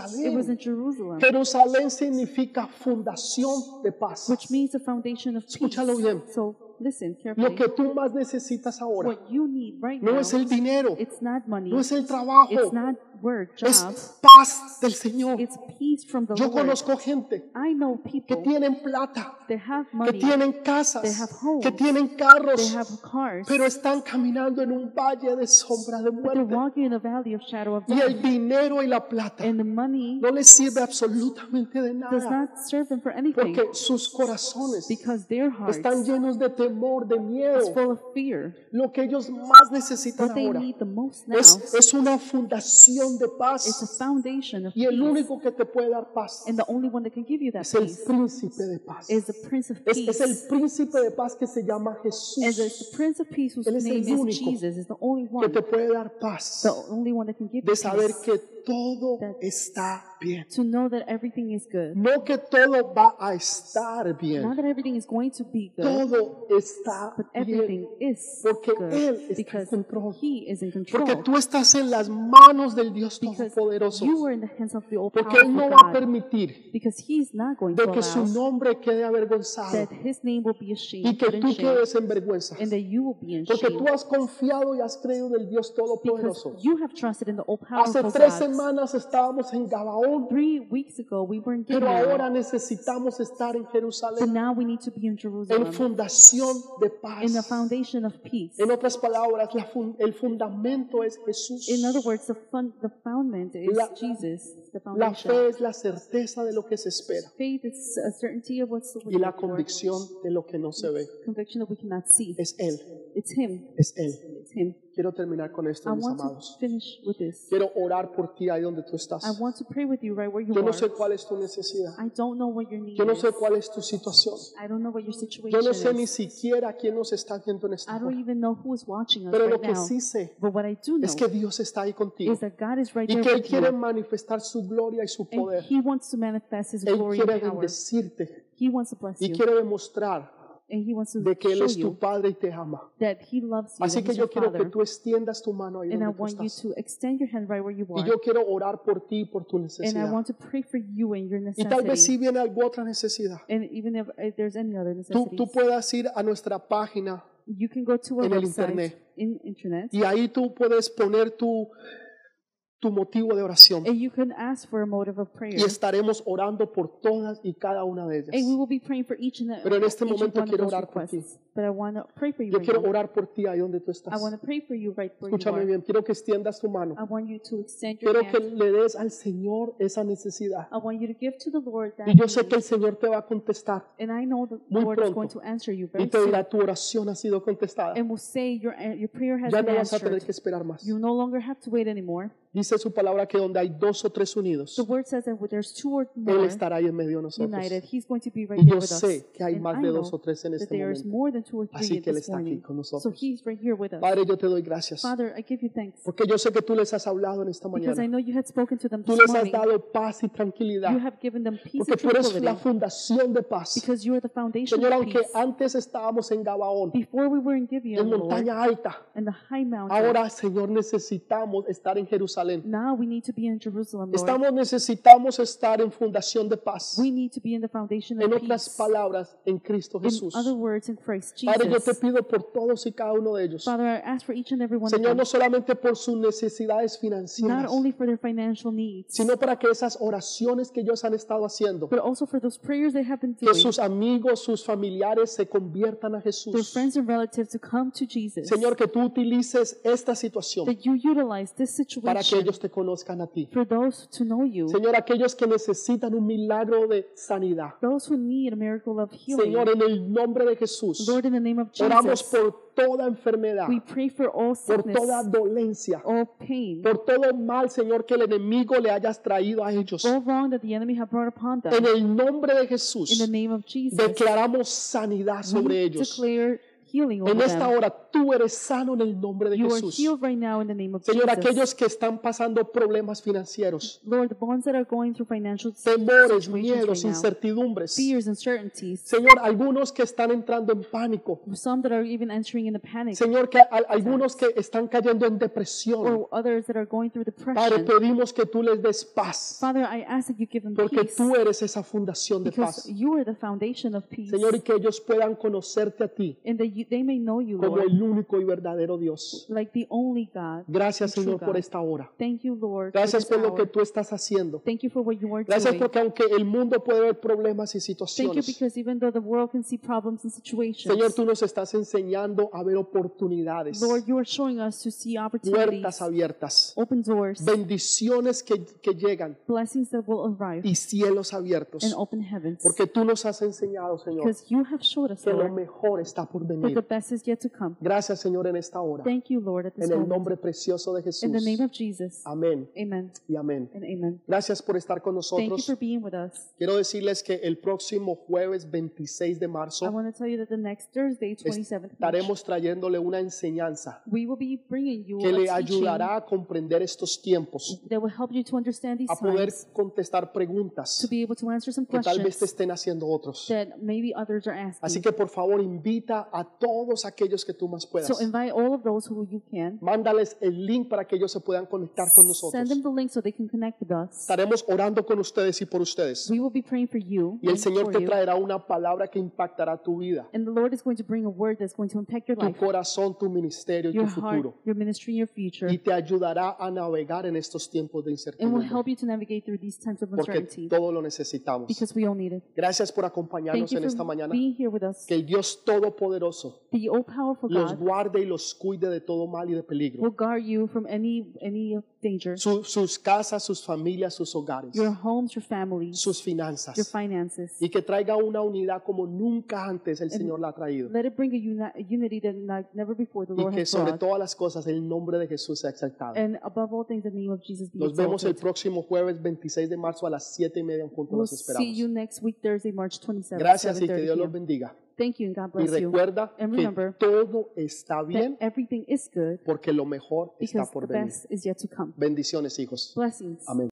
Speaker 2: in
Speaker 1: Jerusalén.
Speaker 2: Jerusalem,
Speaker 1: Jerusalén significa fundación de paz.
Speaker 2: which means the foundation of peace.
Speaker 1: Escúchalo bien.
Speaker 2: So listen
Speaker 1: Lo
Speaker 2: carefully.
Speaker 1: que tú más necesitas ahora
Speaker 2: What you need right
Speaker 1: no
Speaker 2: now,
Speaker 1: es el dinero,
Speaker 2: it's not money,
Speaker 1: no es el trabajo,
Speaker 2: it's not work,
Speaker 1: es
Speaker 2: job,
Speaker 1: paz del Señor.
Speaker 2: it's peace from the
Speaker 1: Yo
Speaker 2: Lord.
Speaker 1: conozco gente
Speaker 2: I know
Speaker 1: que
Speaker 2: people
Speaker 1: tienen plata,
Speaker 2: that have
Speaker 1: que
Speaker 2: money,
Speaker 1: tienen
Speaker 2: They
Speaker 1: casas,
Speaker 2: have homes.
Speaker 1: que tienen
Speaker 2: they
Speaker 1: carros,
Speaker 2: have cars,
Speaker 1: pero están caminando en un valle de sombra de
Speaker 2: but they're
Speaker 1: muerte.
Speaker 2: walking in a valley of shadow of
Speaker 1: Y
Speaker 2: death,
Speaker 1: el dinero y la plata
Speaker 2: and the money
Speaker 1: no les sirve absolutamente de
Speaker 2: does
Speaker 1: nada
Speaker 2: not serve them for anything
Speaker 1: porque sus corazones
Speaker 2: because their hearts
Speaker 1: están llenos de temor, de
Speaker 2: is
Speaker 1: miedo.
Speaker 2: full of fear.
Speaker 1: Lo que ellos más necesitan
Speaker 2: What they
Speaker 1: ahora
Speaker 2: need the most now
Speaker 1: es,
Speaker 2: is
Speaker 1: es una fundación de
Speaker 2: a
Speaker 1: paz
Speaker 2: foundation of
Speaker 1: y el
Speaker 2: peace,
Speaker 1: único que te puede dar paz
Speaker 2: and the only one that can give you that
Speaker 1: es el
Speaker 2: peace
Speaker 1: príncipe de paz.
Speaker 2: is the Prince of
Speaker 1: Es, es
Speaker 2: Peace.
Speaker 1: el príncipe de paz que se llama
Speaker 2: And it's
Speaker 1: Jesús,
Speaker 2: the Prince of Peace whose
Speaker 1: Él es el
Speaker 2: name
Speaker 1: único
Speaker 2: is Jesus is the only
Speaker 1: que
Speaker 2: one,
Speaker 1: te puede dar
Speaker 2: the
Speaker 1: paz
Speaker 2: only one that can give you
Speaker 1: de saber
Speaker 2: peace.
Speaker 1: que todo
Speaker 2: That-
Speaker 1: está bien.
Speaker 2: To know that everything is good.
Speaker 1: No que todo va a estar bien.
Speaker 2: Not that everything is going to be good,
Speaker 1: Todo está
Speaker 2: but
Speaker 1: bien.
Speaker 2: everything is
Speaker 1: Porque Él
Speaker 2: good
Speaker 1: está en
Speaker 2: because
Speaker 1: control.
Speaker 2: He is in control.
Speaker 1: Porque tú estás en las manos del Dios
Speaker 2: Because
Speaker 1: Todopoderoso.
Speaker 2: you are in the hands of the all
Speaker 1: Porque Él
Speaker 2: powerful
Speaker 1: no va a
Speaker 2: God.
Speaker 1: permitir
Speaker 2: Because He is not going to
Speaker 1: de que su
Speaker 2: allow
Speaker 1: nombre quede avergonzado
Speaker 2: that His name will be
Speaker 1: y
Speaker 2: ashamed, put
Speaker 1: que
Speaker 2: in
Speaker 1: tú
Speaker 2: shame,
Speaker 1: quedes en vergüenza.
Speaker 2: and that you will be in
Speaker 1: Porque tú
Speaker 2: shame.
Speaker 1: has confiado y has creído en el Dios
Speaker 2: Because
Speaker 1: Todopoderoso.
Speaker 2: you have trusted in the all
Speaker 1: Hace
Speaker 2: powerful
Speaker 1: tres
Speaker 2: God.
Speaker 1: semanas estábamos en Gabaón,
Speaker 2: Three weeks ago, we were in
Speaker 1: pero
Speaker 2: Gibeon,
Speaker 1: ahora necesitamos estar en
Speaker 2: but
Speaker 1: Jerusalén
Speaker 2: now we need to be in
Speaker 1: en
Speaker 2: Jerusalem.
Speaker 1: fundación de
Speaker 2: in the
Speaker 1: paz.
Speaker 2: foundation of peace.
Speaker 1: En otras palabras, la fun- el fundamento es Jesús.
Speaker 2: In other words, the fun, the foundament is
Speaker 1: La-
Speaker 2: Jesus, the
Speaker 1: La
Speaker 2: foundation.
Speaker 1: fe es la certeza de lo que se espera
Speaker 2: Faith is a certainty of what's
Speaker 1: y la
Speaker 2: before.
Speaker 1: convicción de lo que no se ve.
Speaker 2: conviction that we cannot see.
Speaker 1: Es Él,
Speaker 2: It's Him.
Speaker 1: es Él.
Speaker 2: It's Him.
Speaker 1: Quiero terminar con
Speaker 2: I
Speaker 1: esto, mis
Speaker 2: want
Speaker 1: amados.
Speaker 2: to finish with this.
Speaker 1: Quiero orar por ti ahí donde tú estás.
Speaker 2: I want to pray with you right where you
Speaker 1: Yo no
Speaker 2: are.
Speaker 1: sé cuál es tu necesidad.
Speaker 2: I don't know what your need
Speaker 1: Yo no
Speaker 2: is.
Speaker 1: sé cuál es tu situación.
Speaker 2: I don't know what your
Speaker 1: Yo
Speaker 2: situation
Speaker 1: no sé ni
Speaker 2: is.
Speaker 1: siquiera quién nos está viendo en esta
Speaker 2: I
Speaker 1: hora.
Speaker 2: don't even know who is watching us
Speaker 1: Pero
Speaker 2: right
Speaker 1: lo que
Speaker 2: now.
Speaker 1: sí sé
Speaker 2: but what I do know
Speaker 1: es que Dios está ahí contigo
Speaker 2: is that God is right
Speaker 1: y
Speaker 2: there
Speaker 1: que Él
Speaker 2: with you,
Speaker 1: quiere manifestar su gloria y su
Speaker 2: and
Speaker 1: poder.
Speaker 2: He wants to manifest His
Speaker 1: Él
Speaker 2: glory
Speaker 1: quiere
Speaker 2: and power.
Speaker 1: bendecirte
Speaker 2: He wants to bless
Speaker 1: y
Speaker 2: you,
Speaker 1: quiere demostrar
Speaker 2: and He wants to
Speaker 1: de que Él
Speaker 2: show
Speaker 1: es
Speaker 2: you
Speaker 1: tu Padre y te ama.
Speaker 2: that he loves you,
Speaker 1: Así
Speaker 2: that
Speaker 1: que
Speaker 2: he's
Speaker 1: yo
Speaker 2: your
Speaker 1: quiero que
Speaker 2: father,
Speaker 1: tú extiendas tu mano ahí
Speaker 2: and I
Speaker 1: donde tú
Speaker 2: want you
Speaker 1: estás.
Speaker 2: to extend your hand right where you
Speaker 1: Y
Speaker 2: are,
Speaker 1: yo quiero orar por ti y por tu
Speaker 2: and I
Speaker 1: necesidad.
Speaker 2: want to pray for you and your
Speaker 1: Y tal vez
Speaker 2: necessity,
Speaker 1: si viene alguna otra necesidad,
Speaker 2: and even if, if there's any other
Speaker 1: tú,
Speaker 2: necessity,
Speaker 1: tú puedas ir a nuestra página
Speaker 2: you can go to our
Speaker 1: en el
Speaker 2: website
Speaker 1: internet.
Speaker 2: in internet,
Speaker 1: y ahí tú puedes poner tu tu motivo de oración
Speaker 2: And you can ask for a motive of prayer.
Speaker 1: y estaremos orando por todas y cada una de ellas.
Speaker 2: And we will be praying for each and the,
Speaker 1: Pero en este
Speaker 2: each
Speaker 1: momento
Speaker 2: one of
Speaker 1: quiero
Speaker 2: those
Speaker 1: orar por ti.
Speaker 2: requests. But I want to pray for you.
Speaker 1: Yo
Speaker 2: right
Speaker 1: quiero
Speaker 2: now.
Speaker 1: orar por ti ahí donde tú
Speaker 2: I
Speaker 1: estás.
Speaker 2: want to pray for you right where you
Speaker 1: Escúchame
Speaker 2: are.
Speaker 1: bien, quiero que extiendas tu mano.
Speaker 2: I want you to extend your
Speaker 1: Quiero que
Speaker 2: hand.
Speaker 1: le des al Señor esa necesidad.
Speaker 2: I want you to give to the Lord that.
Speaker 1: Y yo sé
Speaker 2: need.
Speaker 1: que el Señor te va a contestar
Speaker 2: and I know the
Speaker 1: Muy
Speaker 2: Lord is
Speaker 1: pronto.
Speaker 2: going to answer you
Speaker 1: y
Speaker 2: very
Speaker 1: te
Speaker 2: soon.
Speaker 1: dirá tu oración ha sido contestada.
Speaker 2: And will say your eh, your prayer has
Speaker 1: Ya
Speaker 2: been
Speaker 1: no vas a
Speaker 2: answered.
Speaker 1: tener que esperar más.
Speaker 2: You no longer have to wait anymore.
Speaker 1: Dice su palabra que donde hay dos o tres unidos,
Speaker 2: The word says that when there's two or
Speaker 1: Él
Speaker 2: more
Speaker 1: estará ahí en medio de nosotros.
Speaker 2: united, He's going to be right
Speaker 1: Y
Speaker 2: here
Speaker 1: yo
Speaker 2: with us.
Speaker 1: sé que hay
Speaker 2: And
Speaker 1: más
Speaker 2: I
Speaker 1: de
Speaker 2: know
Speaker 1: dos o tres en
Speaker 2: that
Speaker 1: este
Speaker 2: there is
Speaker 1: momento.
Speaker 2: more than two or three
Speaker 1: Así
Speaker 2: in
Speaker 1: que Él
Speaker 2: this
Speaker 1: está aquí
Speaker 2: morning.
Speaker 1: con nosotros.
Speaker 2: So He's right here with us.
Speaker 1: Padre, yo te doy gracias.
Speaker 2: Father, I give you thanks
Speaker 1: Porque yo sé que tú les has hablado en esta
Speaker 2: because
Speaker 1: mañana.
Speaker 2: I know you had spoken to them
Speaker 1: Tú
Speaker 2: this
Speaker 1: les has
Speaker 2: morning.
Speaker 1: dado paz y tranquilidad.
Speaker 2: You have given them peace
Speaker 1: Porque
Speaker 2: and
Speaker 1: tú eres la
Speaker 2: tranquility
Speaker 1: fundación de paz.
Speaker 2: because you are the foundation
Speaker 1: Señor,
Speaker 2: of
Speaker 1: aunque
Speaker 2: peace.
Speaker 1: antes estábamos en Gabaón,
Speaker 2: Before we were in Gibeon,
Speaker 1: en
Speaker 2: Lord,
Speaker 1: montaña alta,
Speaker 2: and the high mountain,
Speaker 1: ahora, Señor, necesitamos estar en Jerusalén.
Speaker 2: now we need to be in Jerusalem, Lord.
Speaker 1: Estamos, necesitamos estar en fundación de paz.
Speaker 2: we need to be in the foundation
Speaker 1: En
Speaker 2: of
Speaker 1: otras
Speaker 2: peace.
Speaker 1: palabras, en Cristo
Speaker 2: in
Speaker 1: Jesús.
Speaker 2: other words, in Christ
Speaker 1: Padre, yo
Speaker 2: Jesus.
Speaker 1: te pido por todos y cada uno de ellos.
Speaker 2: Father, I ask for each and every one
Speaker 1: Señor,
Speaker 2: of
Speaker 1: no
Speaker 2: them,
Speaker 1: solamente por sus necesidades
Speaker 2: not
Speaker 1: financieras,
Speaker 2: only for their financial needs,
Speaker 1: sino para que esas oraciones que ellos han estado haciendo,
Speaker 2: but also for those prayers they have been
Speaker 1: que
Speaker 2: doing,
Speaker 1: sus amigos, sus familiares se conviertan a
Speaker 2: their
Speaker 1: Jesús.
Speaker 2: friends and relatives to come to Jesus.
Speaker 1: Señor, que tú utilices esta situación
Speaker 2: that you utilize this
Speaker 1: para que
Speaker 2: situation
Speaker 1: ellos te conozcan a ti.
Speaker 2: for those to know you,
Speaker 1: Señor, aquellos que necesitan un milagro de sanidad.
Speaker 2: those who need a miracle of healing.
Speaker 1: Señor, en el nombre de Jesús,
Speaker 2: Lord, in the name of
Speaker 1: oramos
Speaker 2: Jesus,
Speaker 1: por toda enfermedad,
Speaker 2: we pray for all
Speaker 1: por
Speaker 2: sickness, Oh,
Speaker 1: toda dolencia,
Speaker 2: all pain,
Speaker 1: por todo mal, Señor, que el enemigo le hayas traído a ellos.
Speaker 2: all wrong that the enemy have brought upon them.
Speaker 1: En el nombre de
Speaker 2: Oh, In
Speaker 1: Jesús,
Speaker 2: the name of Jesus,
Speaker 1: declaramos sanidad sobre
Speaker 2: we
Speaker 1: ellos.
Speaker 2: declare healing over
Speaker 1: En esta
Speaker 2: them.
Speaker 1: hora tú eres sano en el nombre de
Speaker 2: You are
Speaker 1: Jesús.
Speaker 2: healed right now in the name of
Speaker 1: Señor,
Speaker 2: Jesus.
Speaker 1: aquellos que están pasando problemas financieros,
Speaker 2: Lord, the ones that are going through financial
Speaker 1: temores,
Speaker 2: situations
Speaker 1: miedos,
Speaker 2: right now,
Speaker 1: incertidumbres.
Speaker 2: fears, uncertainties,
Speaker 1: Señor, algunos que están entrando en pánico.
Speaker 2: some that are even entering in a panic,
Speaker 1: Señor, que a- algunos que están cayendo en depresión.
Speaker 2: or others that are going through
Speaker 1: Padre,
Speaker 2: depression.
Speaker 1: pedimos que tú les des paz,
Speaker 2: Father, I ask that you give them
Speaker 1: porque
Speaker 2: peace.
Speaker 1: tú eres esa fundación de
Speaker 2: Because
Speaker 1: paz.
Speaker 2: you are the foundation of peace.
Speaker 1: Señor, y que ellos puedan conocerte a ti
Speaker 2: and that you, they may know you,
Speaker 1: como
Speaker 2: Lord,
Speaker 1: el único y verdadero Dios.
Speaker 2: like the only God.
Speaker 1: Gracias,
Speaker 2: and true
Speaker 1: Señor, por
Speaker 2: God.
Speaker 1: esta hora.
Speaker 2: Thank you, Lord. for
Speaker 1: Gracias
Speaker 2: this
Speaker 1: por lo que
Speaker 2: hour.
Speaker 1: tú estás haciendo.
Speaker 2: Thank you for what you are
Speaker 1: Gracias
Speaker 2: doing.
Speaker 1: porque aunque el mundo puede ver problemas y
Speaker 2: Thank you
Speaker 1: situaciones,
Speaker 2: because even though the world can see problems and situations,
Speaker 1: Señor, tú nos estás enseñando a ver oportunidades,
Speaker 2: Lord, you are showing us to see opportunities,
Speaker 1: puertas abiertas,
Speaker 2: open doors,
Speaker 1: bendiciones que, que llegan
Speaker 2: blessings that will arrive,
Speaker 1: y cielos abiertos.
Speaker 2: and open heavens.
Speaker 1: Porque tú nos has enseñado, Señor,
Speaker 2: Because you have showed us,
Speaker 1: que lo
Speaker 2: Lord,
Speaker 1: mejor está por
Speaker 2: that the
Speaker 1: venir.
Speaker 2: best is yet to come.
Speaker 1: Gracias, Señor, en esta hora.
Speaker 2: Thank you, Lord, at this
Speaker 1: En el
Speaker 2: moment.
Speaker 1: nombre precioso de Jesús.
Speaker 2: In the name of Jesus.
Speaker 1: Amén
Speaker 2: Amen
Speaker 1: y amén.
Speaker 2: and amen.
Speaker 1: Gracias por estar con
Speaker 2: Thank you
Speaker 1: nosotros.
Speaker 2: for being with us.
Speaker 1: Quiero decirles que el próximo jueves 26 de
Speaker 2: I
Speaker 1: marzo
Speaker 2: want to tell you that the next Thursday, 27th, March,
Speaker 1: estaremos trayéndole una enseñanza
Speaker 2: we will be bringing you
Speaker 1: que
Speaker 2: a
Speaker 1: le
Speaker 2: teaching
Speaker 1: ayudará a comprender estos tiempos,
Speaker 2: that will help you to understand these
Speaker 1: a poder
Speaker 2: times,
Speaker 1: contestar
Speaker 2: to
Speaker 1: preguntas
Speaker 2: be able to answer some
Speaker 1: que tal vez
Speaker 2: questions
Speaker 1: te estén haciendo otros.
Speaker 2: that maybe others are asking.
Speaker 1: Así que por favor invita a todos aquellos que tú más puedas.
Speaker 2: so invite all of those who you can.
Speaker 1: Mándales el link para que ellos se puedan conectar con nosotros.
Speaker 2: Send them the link so they can connect with us.
Speaker 1: Estaremos orando con ustedes y por ustedes.
Speaker 2: We will be praying for you.
Speaker 1: Y el
Speaker 2: and
Speaker 1: Señor
Speaker 2: for
Speaker 1: te
Speaker 2: you.
Speaker 1: traerá una palabra que impactará tu vida,
Speaker 2: And the Lord is going to bring a word that's going to impact your
Speaker 1: tu
Speaker 2: life,
Speaker 1: corazón, tu ministerio y
Speaker 2: your
Speaker 1: tu
Speaker 2: heart,
Speaker 1: futuro.
Speaker 2: your ministry, your future,
Speaker 1: Y te ayudará a navegar en estos tiempos de
Speaker 2: and will
Speaker 1: incertidumbre.
Speaker 2: help you to navigate through these times of
Speaker 1: Porque
Speaker 2: uncertainty
Speaker 1: todo lo necesitamos.
Speaker 2: because we all need it.
Speaker 1: Gracias por
Speaker 2: Thank
Speaker 1: acompañarnos en
Speaker 2: you
Speaker 1: esta
Speaker 2: for
Speaker 1: mañana.
Speaker 2: being here with us.
Speaker 1: Que el Dios Todopoderoso
Speaker 2: The all-powerful
Speaker 1: los
Speaker 2: God
Speaker 1: guarde y los cuide de todo mal y de
Speaker 2: will
Speaker 1: peligro.
Speaker 2: guard you from any any danger.
Speaker 1: Su- sus casas, sus familias, sus hogares,
Speaker 2: Your homes, your families,
Speaker 1: sus
Speaker 2: your
Speaker 1: finanzas.
Speaker 2: finances.
Speaker 1: Y que traiga una unidad como nunca antes el Señor la ha traído.
Speaker 2: Let it bring a, uni- a unity that not, never before the
Speaker 1: Y
Speaker 2: Lord
Speaker 1: que
Speaker 2: has
Speaker 1: sobre
Speaker 2: brought.
Speaker 1: todas las cosas el nombre de Jesús sea exaltado.
Speaker 2: And above all things, the name of Jesus be
Speaker 1: Nos vemos el
Speaker 2: exalted.
Speaker 1: próximo jueves 26 de marzo a las 7 y media en punto.
Speaker 2: We'll
Speaker 1: Los
Speaker 2: see you
Speaker 1: esperamos.
Speaker 2: next week, Thursday, March 27th.
Speaker 1: Gracias y que
Speaker 2: 7:30
Speaker 1: Dios los
Speaker 2: p.m.
Speaker 1: bendiga.
Speaker 2: Thank you and God
Speaker 1: Y
Speaker 2: bless you.
Speaker 1: recuerda
Speaker 2: And
Speaker 1: que
Speaker 2: remember
Speaker 1: todo está
Speaker 2: That
Speaker 1: bien
Speaker 2: everything is good
Speaker 1: porque lo mejor está
Speaker 2: because the
Speaker 1: por venir.
Speaker 2: best is yet to come.
Speaker 1: Bendiciones, hijos.
Speaker 2: Blessings.
Speaker 1: Amén.